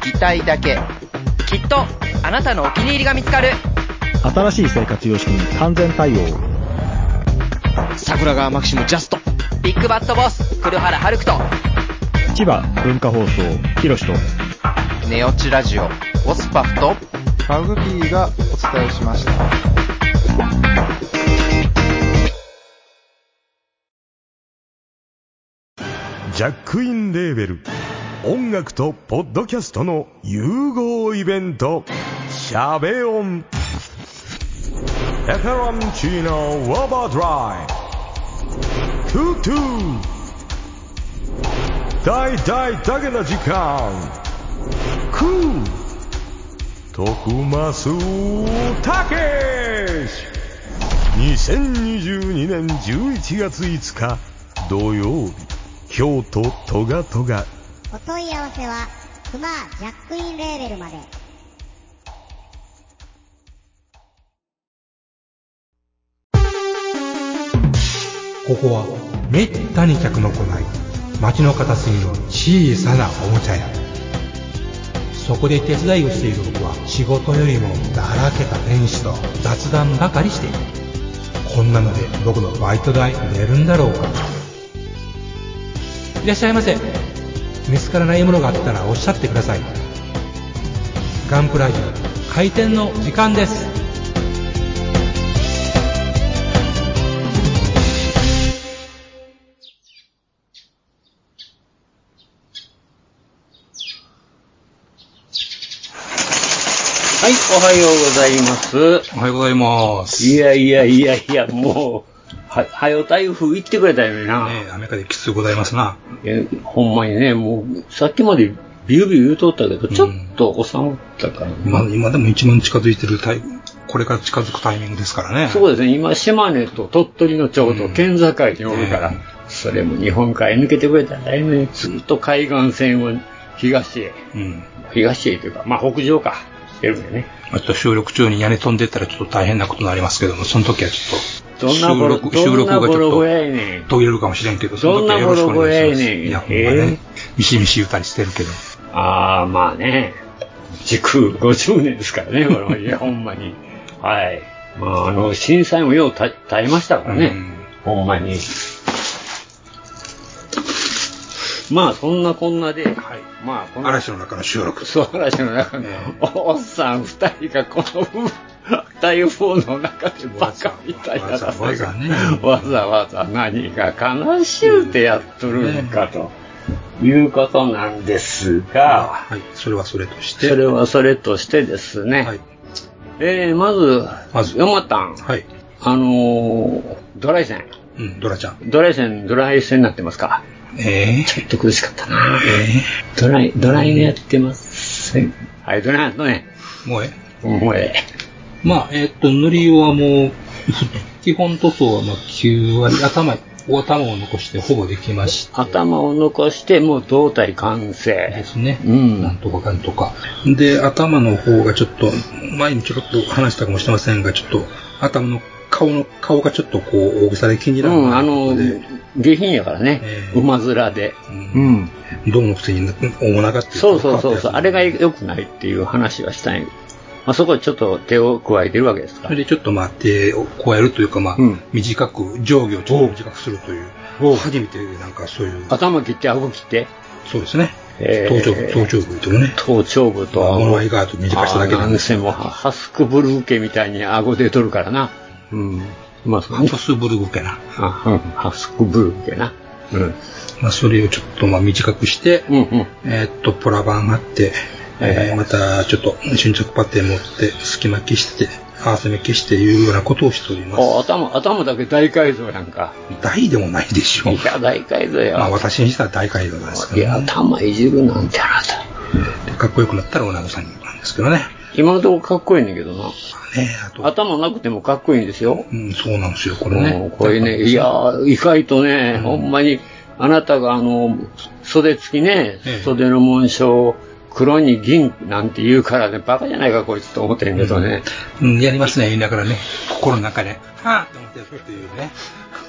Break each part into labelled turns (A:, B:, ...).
A: 聞きたいだけ。
B: きっとあなたのお気に入りが見つかる
C: 新しい生活様式に完全対応。
D: 桜川マキシムジャスト。
B: ビッグバットボス黒原遥人
C: 千葉文化放送、ひろしと。
A: ネオチラジオ。オスパフと。
E: マグキーがお伝えしました。
F: ジャックインレーベル音楽とポッドキャストの融合イベント「シャベオン」「エフェロンチーノウォーバードライ」「トゥトゥ」「大大だけの時間」「クー」「徳マスたけし」2022年11月5日土曜日京都トガトガ
G: お問い合わせは、クマジャックインレーベルまで。
H: ここはめったに客の来ない街の片隅の小さなおもちゃ屋そこで手伝いをしている僕は仕事よりもだらけた店主と雑談ばかりしているこんなので僕のバイト代出るんだろうかいらっしゃいませ見つからないものがあったらおっしゃってくださいガンプラジオ開店の時間です
I: はい、おはようございます。
J: おはようございます。
I: いやいやいやいや、もう、は、はよ台風行ってくれたよねな。
J: ねえ、アメリカできつうございますな。
I: えほんまにね、もう、さっきまでビュービュー言うとったけど、ちょっと収まったから、
J: 今、今でも一番近づいてるタイ、これから近づくタイミングですからね。
I: そうですね、今、島根と鳥取の町と
J: うん
I: 県境におるから、
J: ね
I: それも日本海抜けてくれたらだいぶね、ずっと海岸線を東へ、
J: うん。
I: 東へというか、まあ北上か、してるんでね。
J: まあちょっと収録中に屋根飛んでったらちょっと大変なことになりますけども、その時はちょっと、
I: どんなボロ、
J: 収録、収
I: どん
J: 録
I: な
J: が
I: ボ
J: ち
I: ロ
J: ょ
I: 小
J: っ
I: 屋やねん
J: と。途切れるかもしれんけど、その
I: どん
J: 時
I: な
J: はよ
I: ボ
J: ろしく
I: ロ
J: お
I: 小
J: 願
I: 屋
J: いし
I: や
J: ます。
I: ねん。
J: いや、ほんま
I: え
J: ね、ミシミシ言うたりしてるけど、
I: ーああ、まあね。軸50年ですから ね、これも。いや、ほんまに。はい。まあ、あの、震災もようた耐えましたからね。ほんまに。まあ、そんなこんなで、はい。まあ、こ
J: うん
I: の
J: 嵐の中の収録。
I: そう、嵐の中の、おおっさん二人がこの台風の中でバカみたいな
J: わざわざね
I: わざわざ何が悲しゅうてやっとるんかと、いうことなんですが、
J: はい、それはそれとして。
I: それはそれとしてですね、
J: はい。
I: えー、まず、
J: まず
I: ヨマタン、
J: はい。
I: あのードライセン、
J: うん、ドラちゃん。
I: ドライセン、ドライセンになってますか
J: ええ
I: ちょっと苦しかったな。
J: え
I: ドライ、ドライのやってます。はい、ドライのね、
J: えもうええ
I: もうええ。
J: まあ、えっと、塗りはもう、基本塗装はまあ9割、頭、お頭を残してほぼできました。
I: 頭を残して、もう胴体完
J: で
I: 成。
J: すね。
I: うん
J: なんとかかんとか。で、頭の方がちょっと、前にちょろっと話したかもしれませんが、ちょっと、頭の顔の、顔がちょっとこう、大げさで気に
I: う
J: なる
I: ん、
J: な
I: あ
J: という
I: の
J: ことで。、
I: 下品やからね
J: え。え
I: 馬面で。
J: う。
I: うんん。
J: どうもくせに、お腹ってい
I: そうそうそうそう。あれが
J: い
I: 良くないっていう話はしたい。まあ、そこにちょっと手を加えてるわけですか
J: それ。でちょっとまあ、手を加えるというか、まあ、
I: うん
J: 短く、上下をちょっと短くするという、初めてなんかそういう、
I: 頭切って、顎切って、
J: そうですね。
I: え
J: 頭頂部、頭頂部ともね。
I: 頭頂部と顎。
J: 物合いがあと短くしただけ
I: あー
J: な
I: なんん
J: です
I: せもう、ハスクブルーケみたいに顎で取るからな。うん。まあ、そ
J: ハトスブルグかな。
I: あうんハスクブルーケな。うん。
J: まあ、それをちょっとまあ短くして、
I: うんうん。
J: えーっと、ポラ板貼って、えーまたちょっと瞬着パテ持って、隙間消して、合わせ目消していうようなことをしております。
I: あ頭、頭だけ大改造やんか。
J: 大でもないでしょう
I: い。や、大改造や。
J: まあ、私にしたら大改造なんです
I: い
J: けど、
I: や、
J: ね、
I: 頭いじるなんてあなた。
J: かっこよくなったらおなごさんに。ですけどね。
I: 今のところかっこいいねんだけどな。
J: ね
I: 頭なくてもかっこいいんですよ。
J: うん、そうなんですよ、これね。
I: これね、いやー、意外とね、ほんまに、あなたがあの、袖付きね
J: ええ、
I: 袖の紋章、黒に銀なんて言うからね、バカじゃないかこいつと思ってんけどね。
J: うん、やりますね、言いながらね。心の中で、はぁって思ってるっていうね。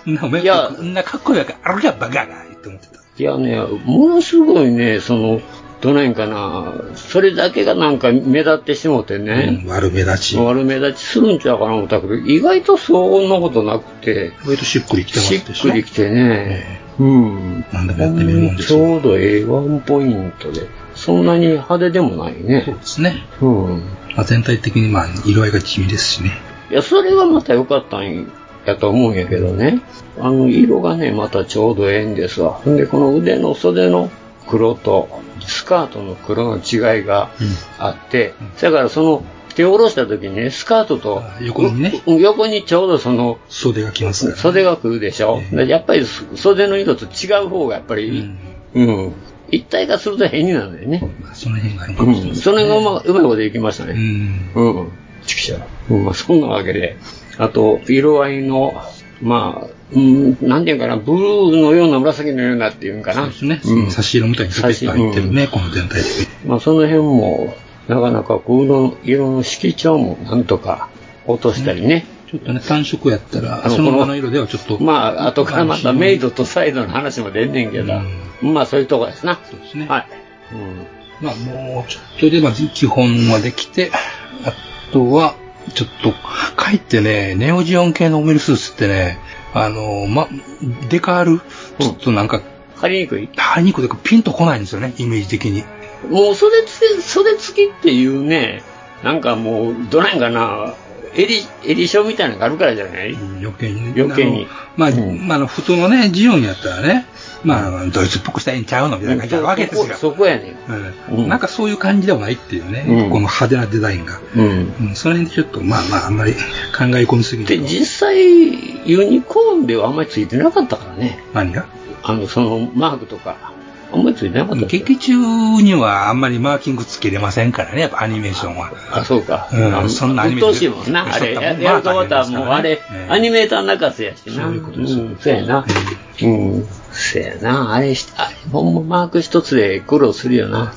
J: な、おめ
I: いや
J: んなかっこいいわけ、あるやバカがって思ってた。
I: いやね、ものすごいね、その、どないんかな、それだけがなんか目立ってしもて
J: うん
I: ね、
J: 悪目立ち。
I: 悪目立ちするんちゃうかな思ったけど、意外とそんなことなくて、
J: 割としっくりきてます
I: し
J: で
I: っ
J: しょ。
I: くりきてね、うん。
J: 何でもやってみるもんです
I: ち
J: よ。
I: ょうど A1 ポイントで、そんなに派手でもない
J: そう
I: ね。
J: ですね。
I: うん。
J: まあ、全体的にまあ色合いが地味ですしね。
I: いや、それはまた良かったんやと思うんやけどね。あの、色がね、またちょうどええんですわ。ほんで、この腕の袖の黒と、スカートの黒の違いがあって、だからその、手を下ろした時にね、スカートと
J: あ、横にね
I: う、横にちょうどその、
J: 袖がきますから、
I: 袖が来るでしょ。
J: ええ
I: でやっぱり袖の色と違う方がやっぱり、うん、一体化すると変になるんだよね。
J: まあ、その辺があるか
I: う
J: もしれない
I: ん、それがうまうまいこといきました
J: う
I: ね。
J: ん。
I: うん。チキシャ。うん、まあそんなわけで。あと、色合いの、まあ、うん、なんていうんかな、ブルーのような紫のようなっていうんか
J: そう
I: な。
J: ですね。
I: うん
J: 差し色みたいにちょっといっぱい入ってるね、この全体的に。
I: まあその辺も、なかなかこの色の色調もなんとか落としたりね。
J: ちょっとね、単色やったら、
I: あの
J: その
I: こ
J: 場
I: の
J: の色ではちょっと、
I: まあ、後からまたメイドとサイドの話も出んねんけど、まあそういうとこですな。
J: そうですね。
I: はい。
J: まあ、もうちょっとで、まあ、基本はできて、あとは、ちょっと、かえってね、ネオジオン系のオメルスーツってね、あの、ま、デカール、ちょっとなんか、
I: 借りにくい
J: ハイニコでピンとこないんですよね、イメージ的に。
I: もう袖付き、袖付きっていうね、なんかもう、どないんかな、襟、襟章みたいなのがあるからじゃない、
J: 余計にね
I: 余計
J: あ
I: に
J: のまあ、
I: うん
J: まああの、普通のね、ジオンやったらね、まああの、ドイツっぽくしたらええんちゃうのみたいな感じになるわけです
I: そこそ
J: よ。
I: こやねん。
J: うん
I: うん
J: なんかそういう感じではないっていうね、
I: うん
J: この派手なデザインが。
I: うん。
J: うん、その辺でちょっと、まあまあ、あんまり考え込みすぎ
I: で、
J: ても。
I: 実際、ユニコーンではあんまりついてなかったからね。
J: 何が
I: あの、そのマークとか、あんまりついてなかった。
J: 劇中にはあんまりマーキングつけれませんからね、やっぱアニメーションは。
I: あ、そうか。
J: うん
I: あの
J: そんなアニメ
I: うっとうしいもんな。あれ、
J: そう
I: や
J: だもん
I: やるとまたもう、
J: まあ
I: あれ
J: え、え
I: アニメーター泣かせやしな。
J: そういうことです
I: ん、そうやな。うん、そうやな。あれし、あれ、ほんまマーク一つで苦労するよな。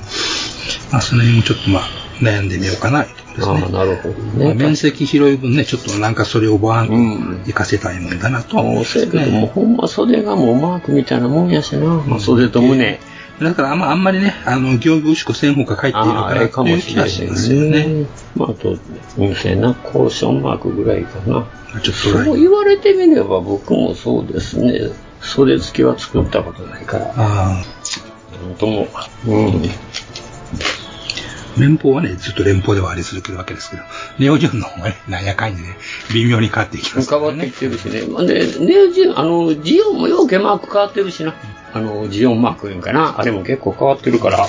J: まあ、その辺もちょっとまあ、悩んでみようかな、ところです
I: あ
J: ね。
I: あ、なるほど
J: まあ
I: ね。
J: 面積広い分ね、ちょっとなんかそれをバーンと活かせたいもんだなとは思
I: も
J: う
I: うんそうやけ
J: ね
I: ど、もうほんま袖がもうマークみたいなもんやしな。まあ、袖と胸。
J: だからあんまあんまりね、あの、行々しく線方が書いている
I: ああ、
J: か
I: あ
J: ら
I: れ
J: と
I: か
J: い
I: も
J: う
I: し
J: 気
I: れな
J: が
I: い
J: しますよね。
I: ね。まあ、あと、うん、せやな、コーションマークぐらいかな。
J: ちょっと
I: そう言われてみれば僕もそうですね。袖付きは作ったことないから。
J: あ
I: なんとも。うん。
J: あ、連邦はね、ずっと連邦ではあり続けるわけですけど、ネオジオンの方がね、なんやかんやでね、微妙に変わっていきますか
I: 変わ
J: ら
I: って
J: ね
I: き。てるしね。まあで、ネオジオン、あの、ジオンもようけマーク変わってるしな。あの、ジオンマークいうんかな。あれも結構変わってるから。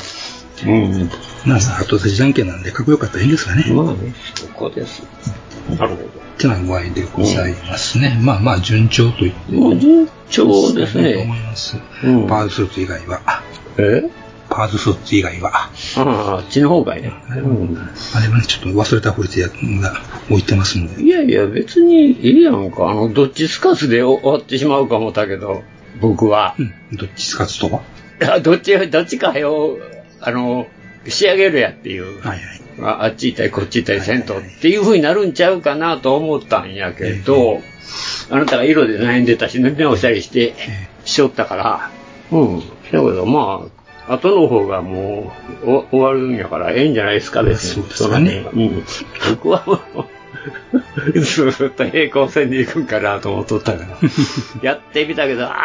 I: うん。
J: まあさ、後出しじゃんけんなんで、かっこよかったらいいんですがね。
I: まあね、そこです。なるほど。
J: ってな具合でございますね。まあまあ、順調と言って
I: もう順調です
J: と思い
I: ね。
J: ます。
I: うん
J: パーズスーツ以外は、
I: え
J: パーズスーツ以外は、
I: ああ、あっちの方がいいね。
J: あれはね、ちょっと忘れた方でやが置いてますんで。
I: いやいや、別にいいやんか。あの、どっちつかずで終わってしまうかもだけど、僕は
J: う。ん、どっちつかずとは
I: あどっち、どっちかよ、あの、仕上げるやっていう。
J: はいはい。
I: ああっち行ったりこっち行ったりせんとっていう風になるんちゃうかなと思ったんやけど、あなたが色で悩んでたし、目をしたりして、しよったから、うん。だけどまあ、後の方がもうお終わるんやから、ええんじゃないですか、別
J: そ
I: に。
J: うですかね
I: その辺はうん。僕はもう、 ずーっと平行線で行くんかなと思っとったから。 やってみたけど、ああ、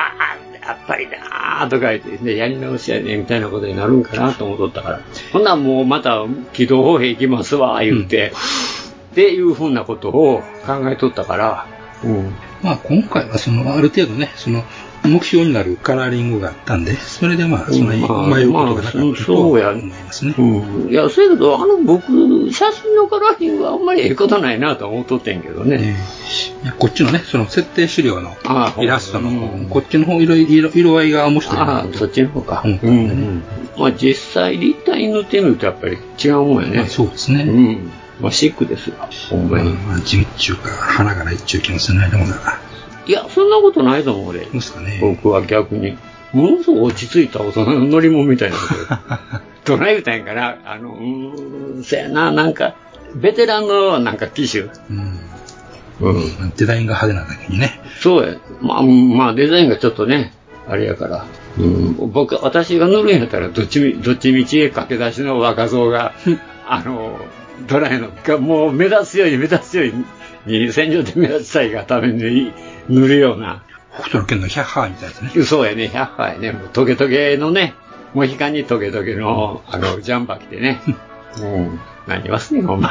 I: やっぱりなーとか言って、ね、やり直しやねみたいなことになるんかなと思っとったから、ほんなんもうまた軌道方へ行きますわ、言うて、っていうふうなことを考えとったから、うん。
J: まあ今回はその、ある程度ね、その、目標になるカラーリングがあったんで、それでまあ、そんなに迷うことがなかったと
I: そうや
J: は思いますね。
I: うん、いや、そうやけど、あの、僕、写真のカラーリングはあんまりええことないなと思っとってんけどね。
J: いやこっちのね、その設定資料の
I: ああ
J: イラストの
I: う
J: 方、
I: ん
J: こっちの方色々色色合いが面白いな
I: あ
J: と
I: あ、そっちの方か。
J: うん
I: うんまあ、実際立体に塗ってるのとやっぱり違うもんやね、
J: まあそうですね
I: うんまあ、シックですよほんまに、
J: まあ、地味っちゅうか、花から一中気もせないもんだから。
I: いやそんなことないと思う俺
J: どうですかね。
I: 僕は逆にものすごく落ち着いた大人の乗り物みたい なことドライブたんやからあのうーんせやななんかベテランのなんか機種
J: うん。
I: うん
J: デザインが派手なだけにね。
I: そうや。まあ、まあ、デザインがちょっとね、あれやから。うん、僕、私が塗るんやったら、どっちみ、どっちみちへ駆け出しの若造が、あの、ドライの、がもう目立つように目立つように、戦場で目立ちたいがために塗るような、
J: 北斗の剣のヒャッハーみたいですね。
I: そうやね、100杯ね、もうトゲトゲのね、モヒカンにトゲトゲの、あの、ジャンバー着てね、うん、何忘れんの、お前。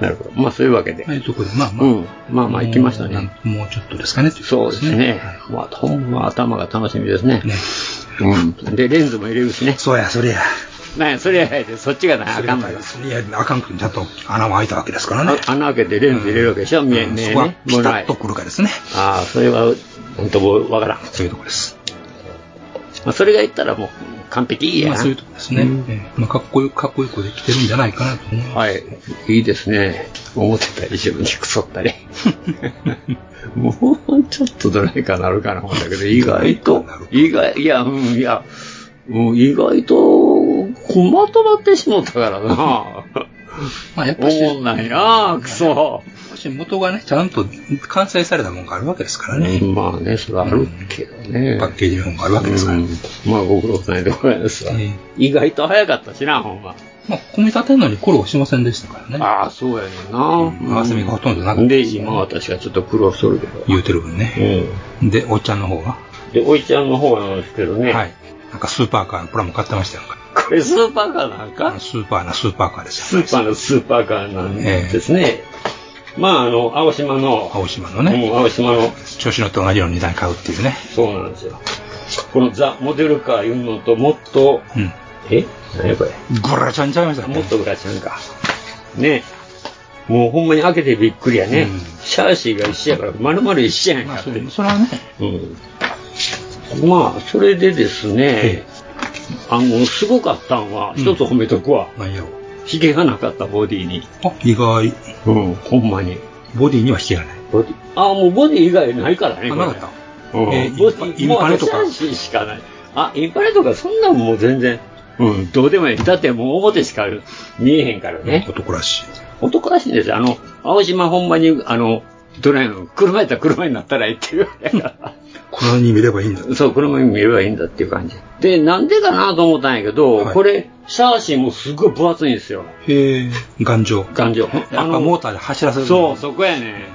I: なるほど。まあ、そういうわけで
J: まあ、。いうところで、まあま
I: う
J: あ。
I: ん、まあまあ、行きましたね。
J: なんもうちょっとですかね、とい
I: そうですね
J: はい。
I: まあ、ほんま頭が楽しみですね。
J: ね。
I: うん。で、レンズも入れるしね。
J: そうや、それや。
I: なんや、それやないで、そっちがな、あかんのよ。
J: それや、あかんくん、ちゃんと穴も開いたわけですから
I: あ
J: ね。
I: 穴開けてレンズ入れるわけでしょ、見え
J: うん
I: ねえ
J: そこは
I: ね。
J: ピタッと
I: もうない
J: くるかですね。
I: ああ、それは、本当もうわからん。ま
J: そういうとこです。
I: あ、それが言ったらもう、完璧や
J: まあ
I: な
J: そういうとこですね。ええまあかっこよく、かっこよくできてるんじゃないかなと思います。
I: はい。いいですね。思ってた以上にく そったね。もうちょっとどないかなるかな思うんだけど、意外と、意外、いや、うん、いや、うん、意外と、まとまってしもったからな。
J: まあやっぱし、
I: 思んないな、くそ。
J: もし元がね、ちゃんと完成されたものがあるわけですからね。
I: まあね、それはあるけどね。
J: パッケージのものがあるわけですから。
I: うんまあご苦労さんでございますわ
J: ええ
I: 意外と早かったしな、ほんま。
J: まあ、組み立てるのに苦労しませんでしたからね。
I: ああ、そうやねんな。
J: ん合わせ目がほとんどなかった
I: で、今私はちょっと苦労するけど。
J: 言うてる分ね。
I: うん
J: で、おっちゃんの方は、
I: で、おいちゃんの方なんですけどね、
J: はい。なんかスーパーカーのプラモ買ってましたよ。
I: これスーパーカーなん
J: あ
I: か
J: のスーパーなスーパーカーです
I: ス
J: よ。
I: ーパーのスーパーカーなんですね。まあ、あの、青島の、
J: 青島のね、
I: うん青島の、
J: 調子のと同じような値段買うっていうね。
I: そうなんですよ。このザ・モデルカーいうのと、もっと、
J: うん。
I: え何やこれ
J: ゴラちゃんちゃいました
I: もっとぐらいちゃんか。ねもうほんまに開けてびっくりやね。
J: うん
I: シャーシーが一緒やから、丸々一緒やん
J: ま
I: か
J: あ、
I: っ
J: そ
I: て。
J: れそれはね、
I: うん、まあそれでですね、あのすごかったんは、
J: うん
I: 一つ褒めとくわ
J: 何やろ
I: ひげがなかったボディに、
J: あ、意外、
I: うん、ほんまに
J: ボディには引きがない。
I: ボディあもうボディ以外ないからね
J: あ
I: これ
J: なかった
I: うん
J: えー
I: ボディ
J: インパインパネとか
I: もうシャーシーしかないあインパネとかそんなんもう全然うん、どうでもいい。だってもう表しか見えへんからね。
J: 男らしい。
I: 男らしいんですよ。あの、青島ほんまに、あの、どないの、車やったら車になったらいいっていう。
J: これに見ればいいんだ。
I: そう、これも見ればいいんだっていう感じ。で、なんでかなと思ったんやけど、
J: はい
I: これ、シャーシーもすごい分厚いんですよ。
J: へえ、頑丈。
I: 頑丈。
J: やっぱモーターで走らせるの
I: そう、そこやね。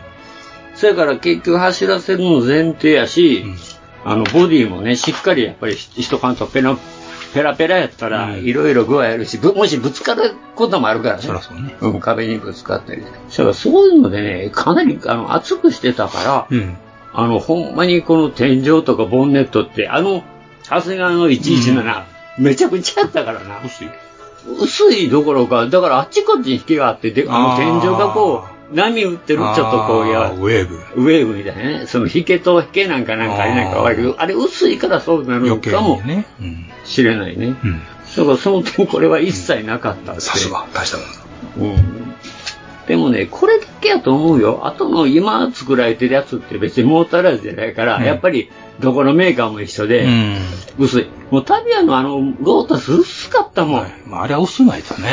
I: そやから結局走らせるの前提やし、
J: うん
I: あの、ボディもね、しっかりやっぱり一関東ペラ、ペラペラやったら、
J: うん
I: いろいろ具合あるし、ぶもしぶつかることもあるからね。
J: そらそうね。
I: うん、壁にぶつかったり。そやからそういうのでね、かなり、あの、厚くしてたから、
J: うん。
I: あの、ほんまにこの天井とかボンネットって、あの、長谷川の117、めちゃくちゃやったからな。薄い。薄いどころか、だからあっちこっちに引きがあって、で、あの
J: あ
I: 天
J: ー
I: 井がこう、波打ってる、ちょっとこう、や
J: あーウェーブ。
I: ウェーブみたいなね。その引けと引けなんかなんかあれなんか悪いけど、あれ薄いからそうな
J: 余
I: る
J: 計
I: かも
J: にね。うん。
I: しれないね。
J: うん。
I: だからその点これは一切なかったって
J: さすが、大したもんだ。
I: うんでもね、これだけやと思うよ。あとの今作られてるやつって別にモーターライズじゃないから、
J: うん
I: やっぱりどこのメーカーも一緒で、
J: うん。
I: 薄い。もうタビアのあの、ロータス薄かったもん。
J: はいまあ、あれは薄ないとね。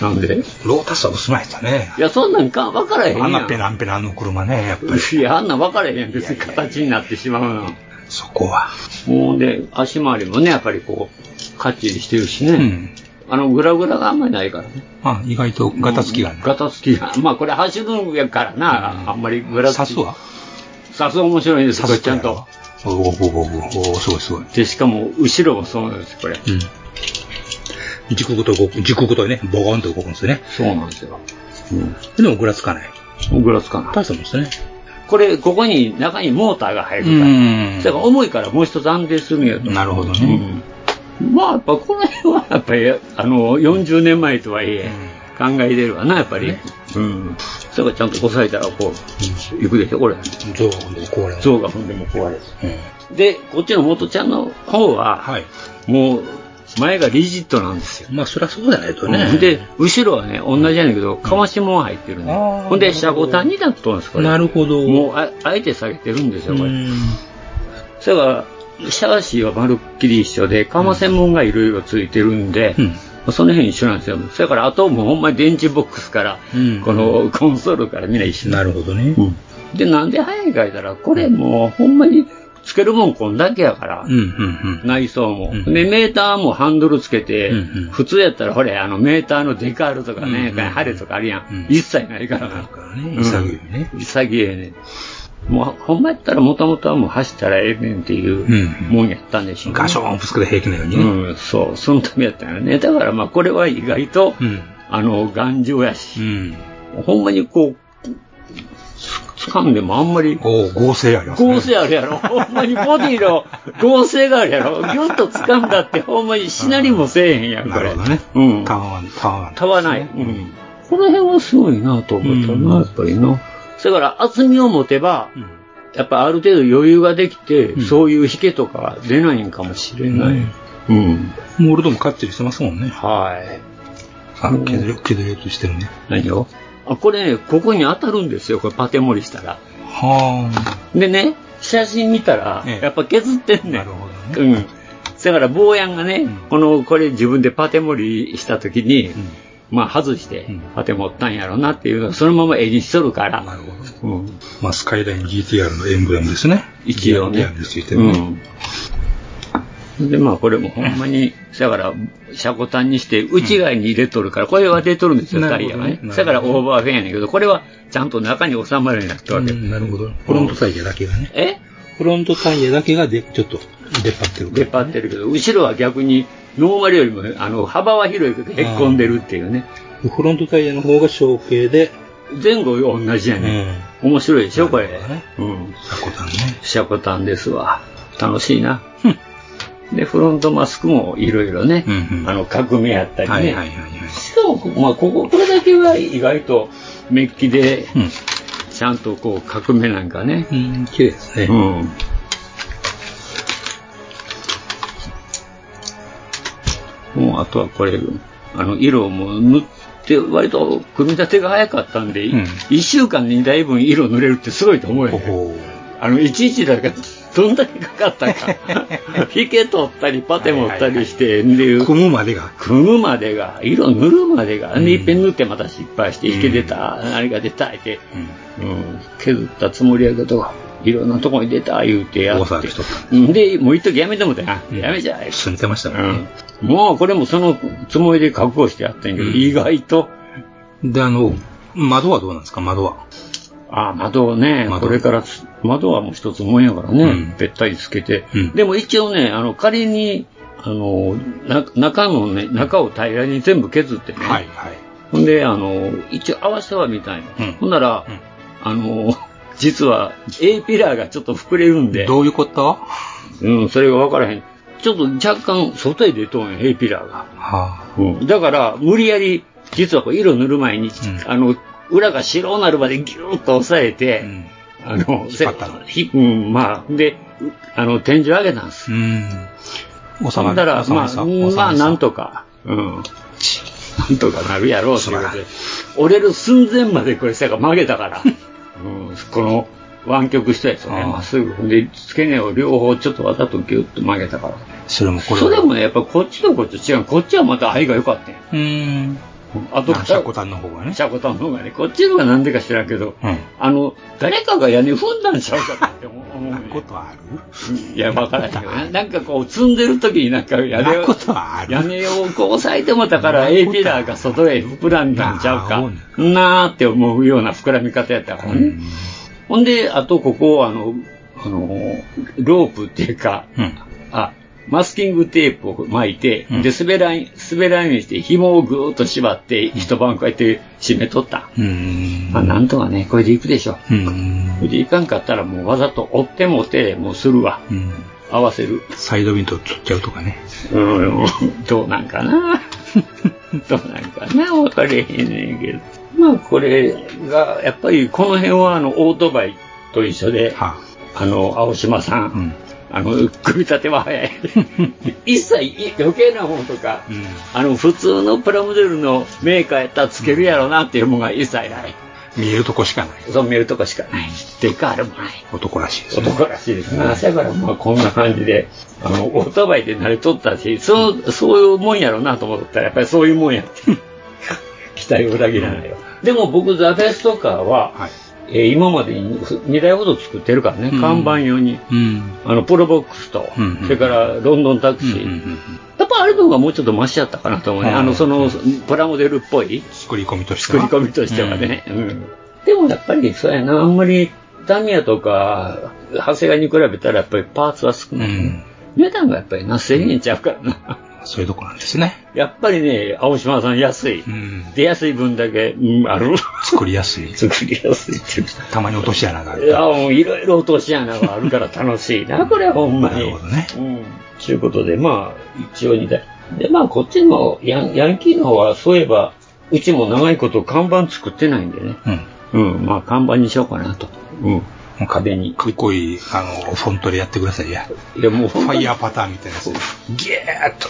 I: なんで
J: ロータスは薄ないとね
I: い。や、そんなんか分からへんや
J: あ
I: ん。
J: んなペナンペナンの車ね、やっぱり。
I: いや、あんなん分からへん。別に形になってしまうの。
J: そこは。
I: もうで、足回りもね、やっぱりこう、カッチリしてるしね。
J: うん。
I: あの、グラグラがあんまりないからね。
J: あ、意外とガタつきが
I: ガタつきが。まあ、これ走るんやからな、
J: うん
I: あんまりグ
J: 刺
I: ラつき。
J: すわ。
I: さすが面白いんですよ、
J: 刺
I: これ
J: す
I: ちゃんと。。
J: おおおおおおすごいすごい。
I: で、しかも、後ろもそうなんですよ、これ。
J: うん。軸ごと動く、軸ごとね、ボコンと動くんですよね。
I: そうなんですよ。
J: でもぐらつかない。
I: うん。グラスかな。
J: 大したもんですね。
I: これ、ここに、中にモーターが入るから。だから、重いからもう一つ安定するんやと。
J: なるほど
I: う
J: ね。
I: ん。まあ、やっぱ、この辺は、やっぱり、あの、40年前とはいえ、考えてるわな、やっぱり。うん。それからちゃんと押さえたら、こう、いくでしょ、これ。
J: ゾウが今度壊れる。
I: 象が踏んでも壊れる。
J: うん。
I: で、こっちの元ちゃんの方は、
J: はい。
I: もう、前がリジットなんですよ。
J: まあ、そりゃそうじゃないとね。
I: うんで、後ろはね、同じやねんけど、かわしもん入ってるね。
J: あー
I: ほんで、車庫単になっとるんです、これ。
J: なるほど。
I: もうあ、あえて下げてるんですよ、こ
J: う
I: れ。
J: ん
I: それから、シャーシーはまるっきり一緒で、かませもんがいろいろついてるんで、
J: うん
I: まあその辺一緒なんですよ。それから、あともうほんまに電池ボックスから、
J: うん
I: このコンソールからみんな一緒
J: なるほどね。
I: で、なんで早いか言ったら、これもうほんまにつけるもんこんだけやから、
J: うん、うん、
I: 内装も、
J: うん
I: で、メーターもハンドルつけて、
J: うんうん
I: 普通やったら、ほれ、あの、メーターのデカールとか
J: うん
I: ね、
J: うんうん
I: ハレとかあるやん。
J: うん
I: 一切ないから
J: な
I: な。
J: るからね潔いね
I: うん潔いね。もう、ほんまやったら、もともとはもう走ったらええねんっていう
J: うんうん
I: もんやったんでし
J: う
I: ょ
J: ん。
I: うね、
J: ガショーンぶつけて平気なようにね。
I: うん、そう、そのためやったよね。だから、まあ、これは意外と、
J: うん。
I: あの、頑丈や
J: う
I: し、
J: ん。
I: ほんまにこう、つ掴んでもあんまり、
J: おお合成ありますね。
I: 合成あるや ろ。ほんまにボディの合成があるやろ。ぎゅっと掴んだって、ほんまにしなりもせえへんやん、こ
J: なる
I: れ。
J: ほどね。
I: うん。
J: タワーン、タワーン。
I: たわない。うん。この辺はすごいなと思ったな、
J: うん
I: やっぱりな。それから厚みを持てば、
J: うん
I: やっぱある程度余裕ができて、
J: ん
I: そういう引けとか出ないんかもしれない。うん。
J: モールドもカッチリしてますもんね。
I: はい。
J: あの、削れ、削れようとしてるね。
I: 何をあ、これね、ここに当たるんですよ、これパテ盛りしたら。
J: はあ。
I: でね、写真見たら、
J: ええ
I: やっぱ削ってんねん。
J: なるほどね。
I: うん。だから、坊やんがね、
J: うん
I: この、これ自分でパテ盛りした時に、まあ外して
J: うん、
I: パテ盛ったんやろなっていうのがそのまま絵にしとるか
J: うんな
I: ら、
J: るほど。
I: うん、
J: まあ、スカイライン GTR のエンブレムですね。
I: 一応ね
J: リアルについてるね。
I: うん。で、まあこれもほんまに、だから、車庫端にして内側に入れとるから、これは出とるんですよ、
J: な
I: タ
J: る
I: イ
J: ほど
I: ヤが
J: ね
I: ね。だからオーバーフェンやねんけど、これはちゃんと中に収まるようになった
J: う
I: わけ。
J: んなるほど。フロントタイヤだけがね。
I: え
J: フロントタイヤだけがで、ちょっと出っ張ってる
I: 出っ張ってるけど、後ろは逆に、ノーマルよりも、あの、幅は広いけど、へっこんでるっていうね。
J: フロントタイヤの方が小径で、
I: 前後同じや
J: う
I: ね、
J: ん。
I: ん。面白いでしょ、これ。
J: なるほどね
I: うん。
J: サコタンね。
I: シャコタンですわ。楽しいな。で、フロントマスクもいろいろね、
J: うんうん
I: あの、革命やったりね。
J: はいはいはいはい。
I: しかも、まあ、ここ、これだけは意外とメッキで、
J: うん
I: ちゃんとこう、革命なんかね。
J: うん、綺麗ですね。
I: うん。もう、あとはこれ、あの、色も塗って、割と組み立てが早かったんで、
J: うん
I: 一1週間に2台分色塗れるってすごいと思う
J: ほ
I: よ、ね。
J: ほ
I: あの、いちいちだから、どんだけかかっ たか。引け取ったり、パテ持ったりして、で、
J: 組むまでが。
I: 組むまでが、色塗るまでが、
J: うん
I: で、いっぺん塗ってまた失敗して、引け出た、あれが出た、って、うん、削ったつもりやけど、いろんなとこに出た、言うてやって。
J: 大騒ぎしとった
I: うんで、もう一時やめてもたな。やめちゃえ。
J: 住んでましたもんね。
I: うん。もうこれもそのつもりで覚悟してやってんけど、
J: うん
I: 意外と、
J: で、あの、窓はどうなんですか窓は。
I: ああ、窓をね、
J: 窓
I: これからす、窓はもう一つもんやからね、
J: うん
I: べったりつけて、
J: うん
I: でも一応ね、あの、仮に、あの、な中のね、中を平らに全部削ってね、
J: はい。
I: ほんで、あの、一応合わせはみたいな。
J: うん
I: ほんなら、
J: うん
I: あの、実は A ピラーがちょっと膨れるんで、
J: どういうことは
I: うん、それが分からへん。ちょっと若干外へ出とんや、A ピラーが。
J: あ。
I: うん、だから、無理やり、実はこう色塗る前に、あの、裏が白になるまでギューッと押さえて、
J: うん。
I: あの、
J: 引っ張ったの
I: せひうん、まあ、で、うあの、天井上げたんです。
J: うん。収
I: そ
J: ま
I: んだ
J: る。
I: ら、
J: 収ま
I: ま
J: り
I: あ、
J: さ
I: うん
J: 収
I: ま
J: ま
I: あ、
J: りさ
I: なんとか、うん。なんとかなるやろう、ということで。折れる寸前までこれ、せが曲げた から、うん、この、湾曲したやつをね、
J: ああ
I: まっすぐ。で、付け根を両方ちょっとわざとギュッと曲げたから。
J: それもこれ
I: それもね、やっぱこっちとこっち違う。こっちはまた愛が良かったんや
J: うん。
I: あと、
J: あシャコタンの方がね。
I: シャコタンの方がね、こっちの方がなんでか知らんけど、
J: うん
I: あの、誰かが屋根踏んだんちゃうかなって思う。思う
J: な
I: ね
J: ことある
I: いや、わからんけどね。なんかこう、積んでる時になんか屋根
J: な
I: を
J: こ、とはある
I: 屋根をこう押さえてもたから、
J: なことある
I: A ピラーが外へ膨らんだんちゃう
J: なあ
I: か、なーって思うような膨らみ方やったからね。
J: うん
I: ほんで、あとここ、あの、あの、ロープっていうか、
J: うん。
I: あ、マスキングテープを巻いて、
J: うん
I: で、滑らん、滑らんようにして、紐をぐーっと縛って、一晩こうやって締めとった。
J: うん。
I: まあ、なんとかね、これで行くでしょ。
J: うん
I: これで行かんかったら、もうわざと追っても手もうするわ。
J: うん。
I: 合わせる。
J: サイドビント取っちゃうとかね。
I: うん、どうなんかな。 どうなんかな、分かれへんねんけど。まあ、これが、やっぱりこの辺は、あの、オートバイと一緒で、
J: は
I: あの、青島さ、
J: あ。うんん。
I: あの、組み立ては 早い。一切い余計なものとか、
J: うん
I: あの、普通のプラモデルのメーカーやったらつけるやろなっていうものが一切ない。
J: 見えるとこしかない。
I: そう見るとこしかない。デカールもない。
J: 男らしいですね。
I: 男らしいですね。だからまあこんな感じで、あの、オートバイで慣れとったし、その、そういうもんやろうなと思ったら、やっぱりそういうも んやって。期待を裏切らないよ。でも僕、ザ・フェスとかは、
J: はい。
I: えー今までに2台ほど作ってるからね、
J: うん
I: 看板用に。
J: うん。
I: あの、プロボックスと、
J: うんうん
I: それからロンドンタクシー。やっぱあれの方がもうちょっとマシだったかなと思うね。
J: うん
I: あの、その、プラモデルっぽい
J: 作り込みとして
I: 作り
J: は。
I: 込みとしてはね。うんでもやっぱり、そうやな、あんまりダミアとか、長谷川に比べたらやっぱりパーツは少
J: う
I: ない。
J: ん。
I: 値段がやっぱりな、1000円ちゃうからな。
J: そういうとこなんですね。
I: やっぱりね、青島さん安い。
J: うん。
I: 出やすい分だけ、うん、ある。
J: 作りやすい。
I: 作りやすいっていう
J: たまに落とし穴があ
I: い
J: る。
I: や、もういろいろ落とし穴があるから楽しい な、これはほんま
J: なる
I: に
J: ほ。どね。
I: うん。ちゅうことで、まあ、一応2台。で、まあ、こっちのヤンヤンキーの方は、そういえば、うちも長いこと看板作ってないんでね。
J: うん。
I: うん、まあ、看板にしようかなと。うん。
J: なんか
I: 壁に
J: かっこいい、あの、フォントでやってください。いや、
I: いや、もう、
J: ファイ
I: ア。
J: ヤーパターンみたいなやつ。ギャーっと。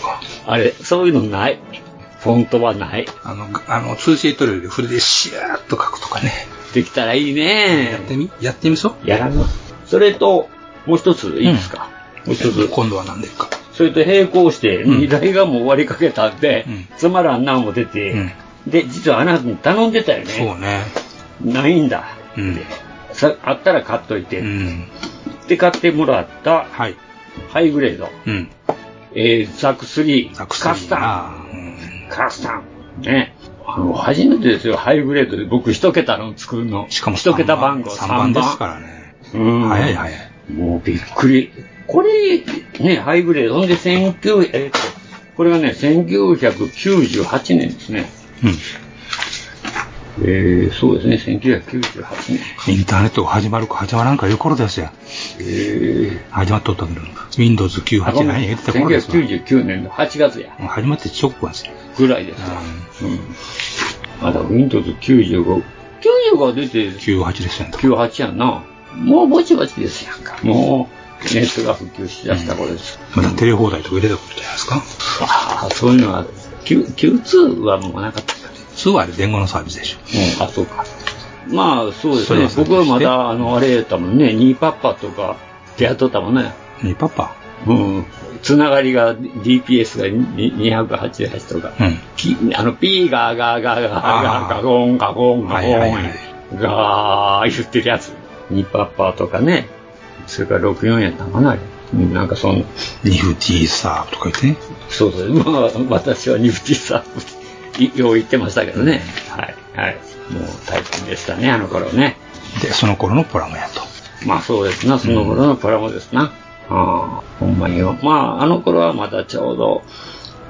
I: あれ、そういうのない。フォントはない。
J: あの、があの、ツーシートルで筆でシャーっと書くとかね。
I: できたらいいね
J: やってみやってみそう
I: やらな。それと、もう一ついいですか、もう一つ。
J: 今度は何でか。
I: それと並行して、
J: うん
I: 荷台がもう終わりかけたんで、
J: うん
I: つまらんな思ってて、
J: うん
I: で、実はあなたに頼んでたよ
J: そう
I: ね。
J: ね。
I: ないんだ。
J: うん。
I: さあったら買っというて、
J: ん。
I: で買ってもらった
J: はい。
I: ハイグレード、
J: うん。
I: えー、ザク3、
J: ザ
I: カ
J: クサ
I: スタ
J: な。うん
I: ン、カスタン、ね。あの、初めてですよ、ハイグレードで僕一桁の作るの。
J: しかも
I: 一桁番号。
J: 3番ですかららね。
I: うん。
J: 早い早い。
I: もうびっくり。これ、ね、ハイグレード。ほんで、1900、えっと、これがね、1998年ですね。
J: うん。
I: えー、そうですね、1998年。
J: インターネットが始まるか始まらんかいう頃ですや。
I: え
J: 始まっとったけど、Windows
I: ー、
J: 98何やってた頃ですわ。
I: 1999年の8月や。
J: もう始まって直後ですよ。
I: ぐらいですわ。うん。まだ Windows 95。95出て
J: 98ですよね。
I: 98やんな。もうぼちぼちですやんか。もう、ネットが普及しだした頃です。
J: まだテレ放題とか入れたことじゃないですか。
I: ああ、そういうのは、Q- Q2 はもうなかったから。
J: 普通はあれ伝言のサービスでしょ。
I: うん、あ、そうか。まあ、そうで
J: そ
I: す
J: れ
I: ね
J: は。そう
I: 僕はま
J: して
I: だ、あの、あれやったもんね、ニーパッパとか、出会っとったもんね。
J: ねパパ。
I: うん。つながりが、DPS がに288とか。
J: うん。
I: きあの、ピーガーガーガーガーガーガー
J: あー
I: ゴンガゴンガゴ
J: はいはいは
I: ン
J: い
I: ガー言ってるやつ。ニパッパーとかね。それから64やったかな。うんなんかその、
J: ニフティーサーとか言ってね。
I: そうそう。まあ、私はニフティサーよう言ってましたけどね。はい。はい。もう大変でしたね、あの頃ね。
J: で、その頃のプラモやと。
I: まあそうですな、その頃のプラモですな。ああ、ほんまによ。まああの頃はまだちょうど、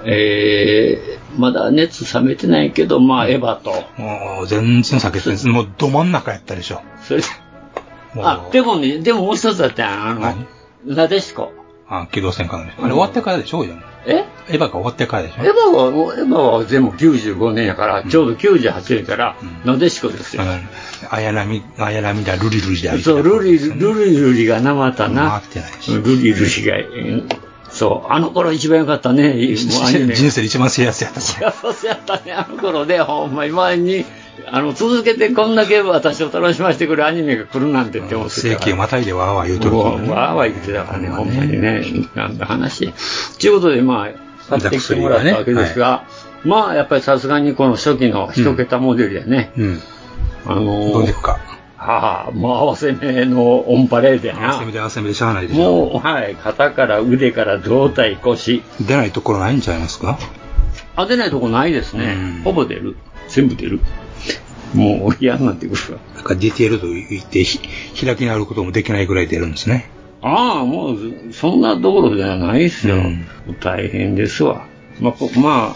I: えー、まだ熱冷めてないけど、まあエヴァと、
J: もう全然避けてないもうど真ん中やったでしょ。
I: それ
J: もう
I: あ、でもね、でももう一つだったやんあの
J: 何、
I: なでしこ。
J: あ、機動戦艦のあれ終わってからでしょ、でも
I: え
J: エヴァが終わってからでし
I: エヴ
J: ょ。
I: ァは、もうエヴァは全部95年やから、ちょうど98年から
J: うん、
I: なでしこですよ。
J: あやなみ、あやなみだ、ルリルリだ。
I: そう、ルリ、ルリルリがなまったな
J: 回っ。てないし。
I: ルリルリが、うんそう、あの頃一番良かったね、もうアニメ
J: 人生で一番幸せやったから。
I: 幸せやったね、あの頃ね、ほんまに前に、あの、続けてこんだけ私を楽しませてくれるアニメが来るなんてって思って
J: 世
I: たか
J: 紀を
I: ら。
J: またいでわーわー言うとる
I: も
J: から
I: う
J: ね
I: わーわー言ってたからね、ほんまにね、なんだ話。ちゅうことで、まあ、買ってきてもらったわけですが、まあ、やっぱりさすがにこの初期の一桁モデルやね、
J: うん。
I: あの
J: どうでい
I: ー、
J: くか。
I: はあ、もう合わせ目のオンパレードや
J: 合わせ目
I: な。
J: で合わせ目でしゃあないでしょ。
I: もう、はい、肩から腕から胴体腰。
J: 出ないところないんちゃいますか
I: 当てないとこないですね、
J: うん
I: ほぼ出る全部出るもう嫌になってくるわ
J: なんかディテールと言ってひ、開き直ることもできないぐらい出るんですね。
I: ああもうそんなところじゃないですよ、
J: うん
I: 大変ですわまあこま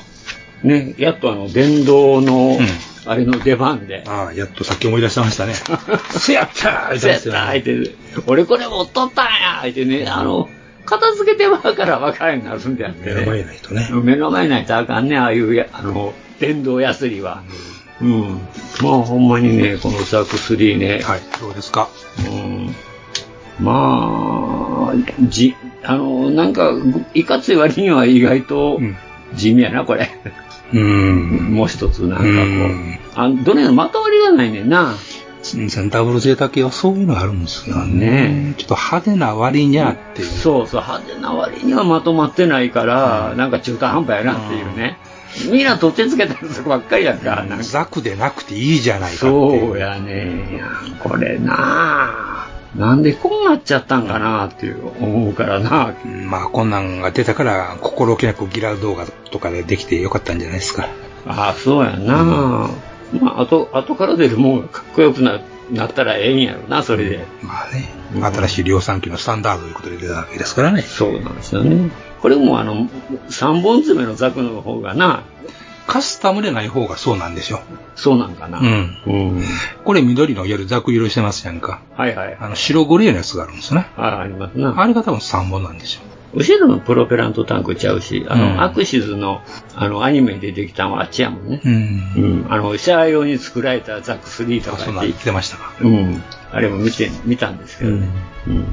I: あねやっとあの電動の、
J: ん
I: あれの出番で
J: ああ、やっとさっき思い出してましたね。せやったー
I: そうやった相手俺これ持っとったんや相手ねあの片付けてはから分からんようになるんであってね
J: 目の前ないとね。
I: 目の前にないとあかんね、ああいうや、あの、電動ヤスリは。うん。まあ、ほんまにね、このザク3ね。
J: はい、どうですか
I: うん。まあ、じ、あの、なんか、いかつい割には意外と地味や な、これ。
J: うん。
I: もう一つ、なんかこう。
J: うん
I: あどれのまとわりがないねんな。
J: うんダブル贅沢系はそういうのあるんですよね
I: ね。
J: ちょっと派手な割にゃっていう。
I: そうそう、派手な割にはまとまってないから、なんか中途半端やなっていうね。みんな取ってつけたやつばっかりやんか、なんか。
J: ザクでなくていいじゃないかっていう。
I: そうやねこれなあなんでこうなっちゃったんかなっていう思うからな
J: うんまあ、こんなんが出たから、心置きなくギラ動画とかでできてよかったんじゃないですか。
I: ああ、そうやな、まあ、後、後から出るもんがかっこよくななったらええんやろな、それで。
J: まあね、
I: うん
J: 新しい量産機のスタンダードということで出たわけですからね。
I: そうなんですよね。これもあの、三本爪のザクの方がな、
J: カスタムでない方がそうなんでしょ。
I: そうなんかな。
J: うん。
I: うん。
J: これ緑の夜ザク色してますやんか。
I: はいはい。
J: あの、白グレーのやつがあるんですよね。
I: ああ、ありますな。
J: あれが多分3本なんですよ。
I: 後ろのプロペラントタンクちゃうし、あの、
J: うん
I: アクシズの、あの、アニメでできたのはあっちやもんね。
J: うん。
I: うん、あの、シャア用に作られたザック3と
J: あ
I: か
J: そん
I: っ
J: なん
I: て
J: 言ってましたか。
I: うん、あれも見て、見たんですけどね。うん。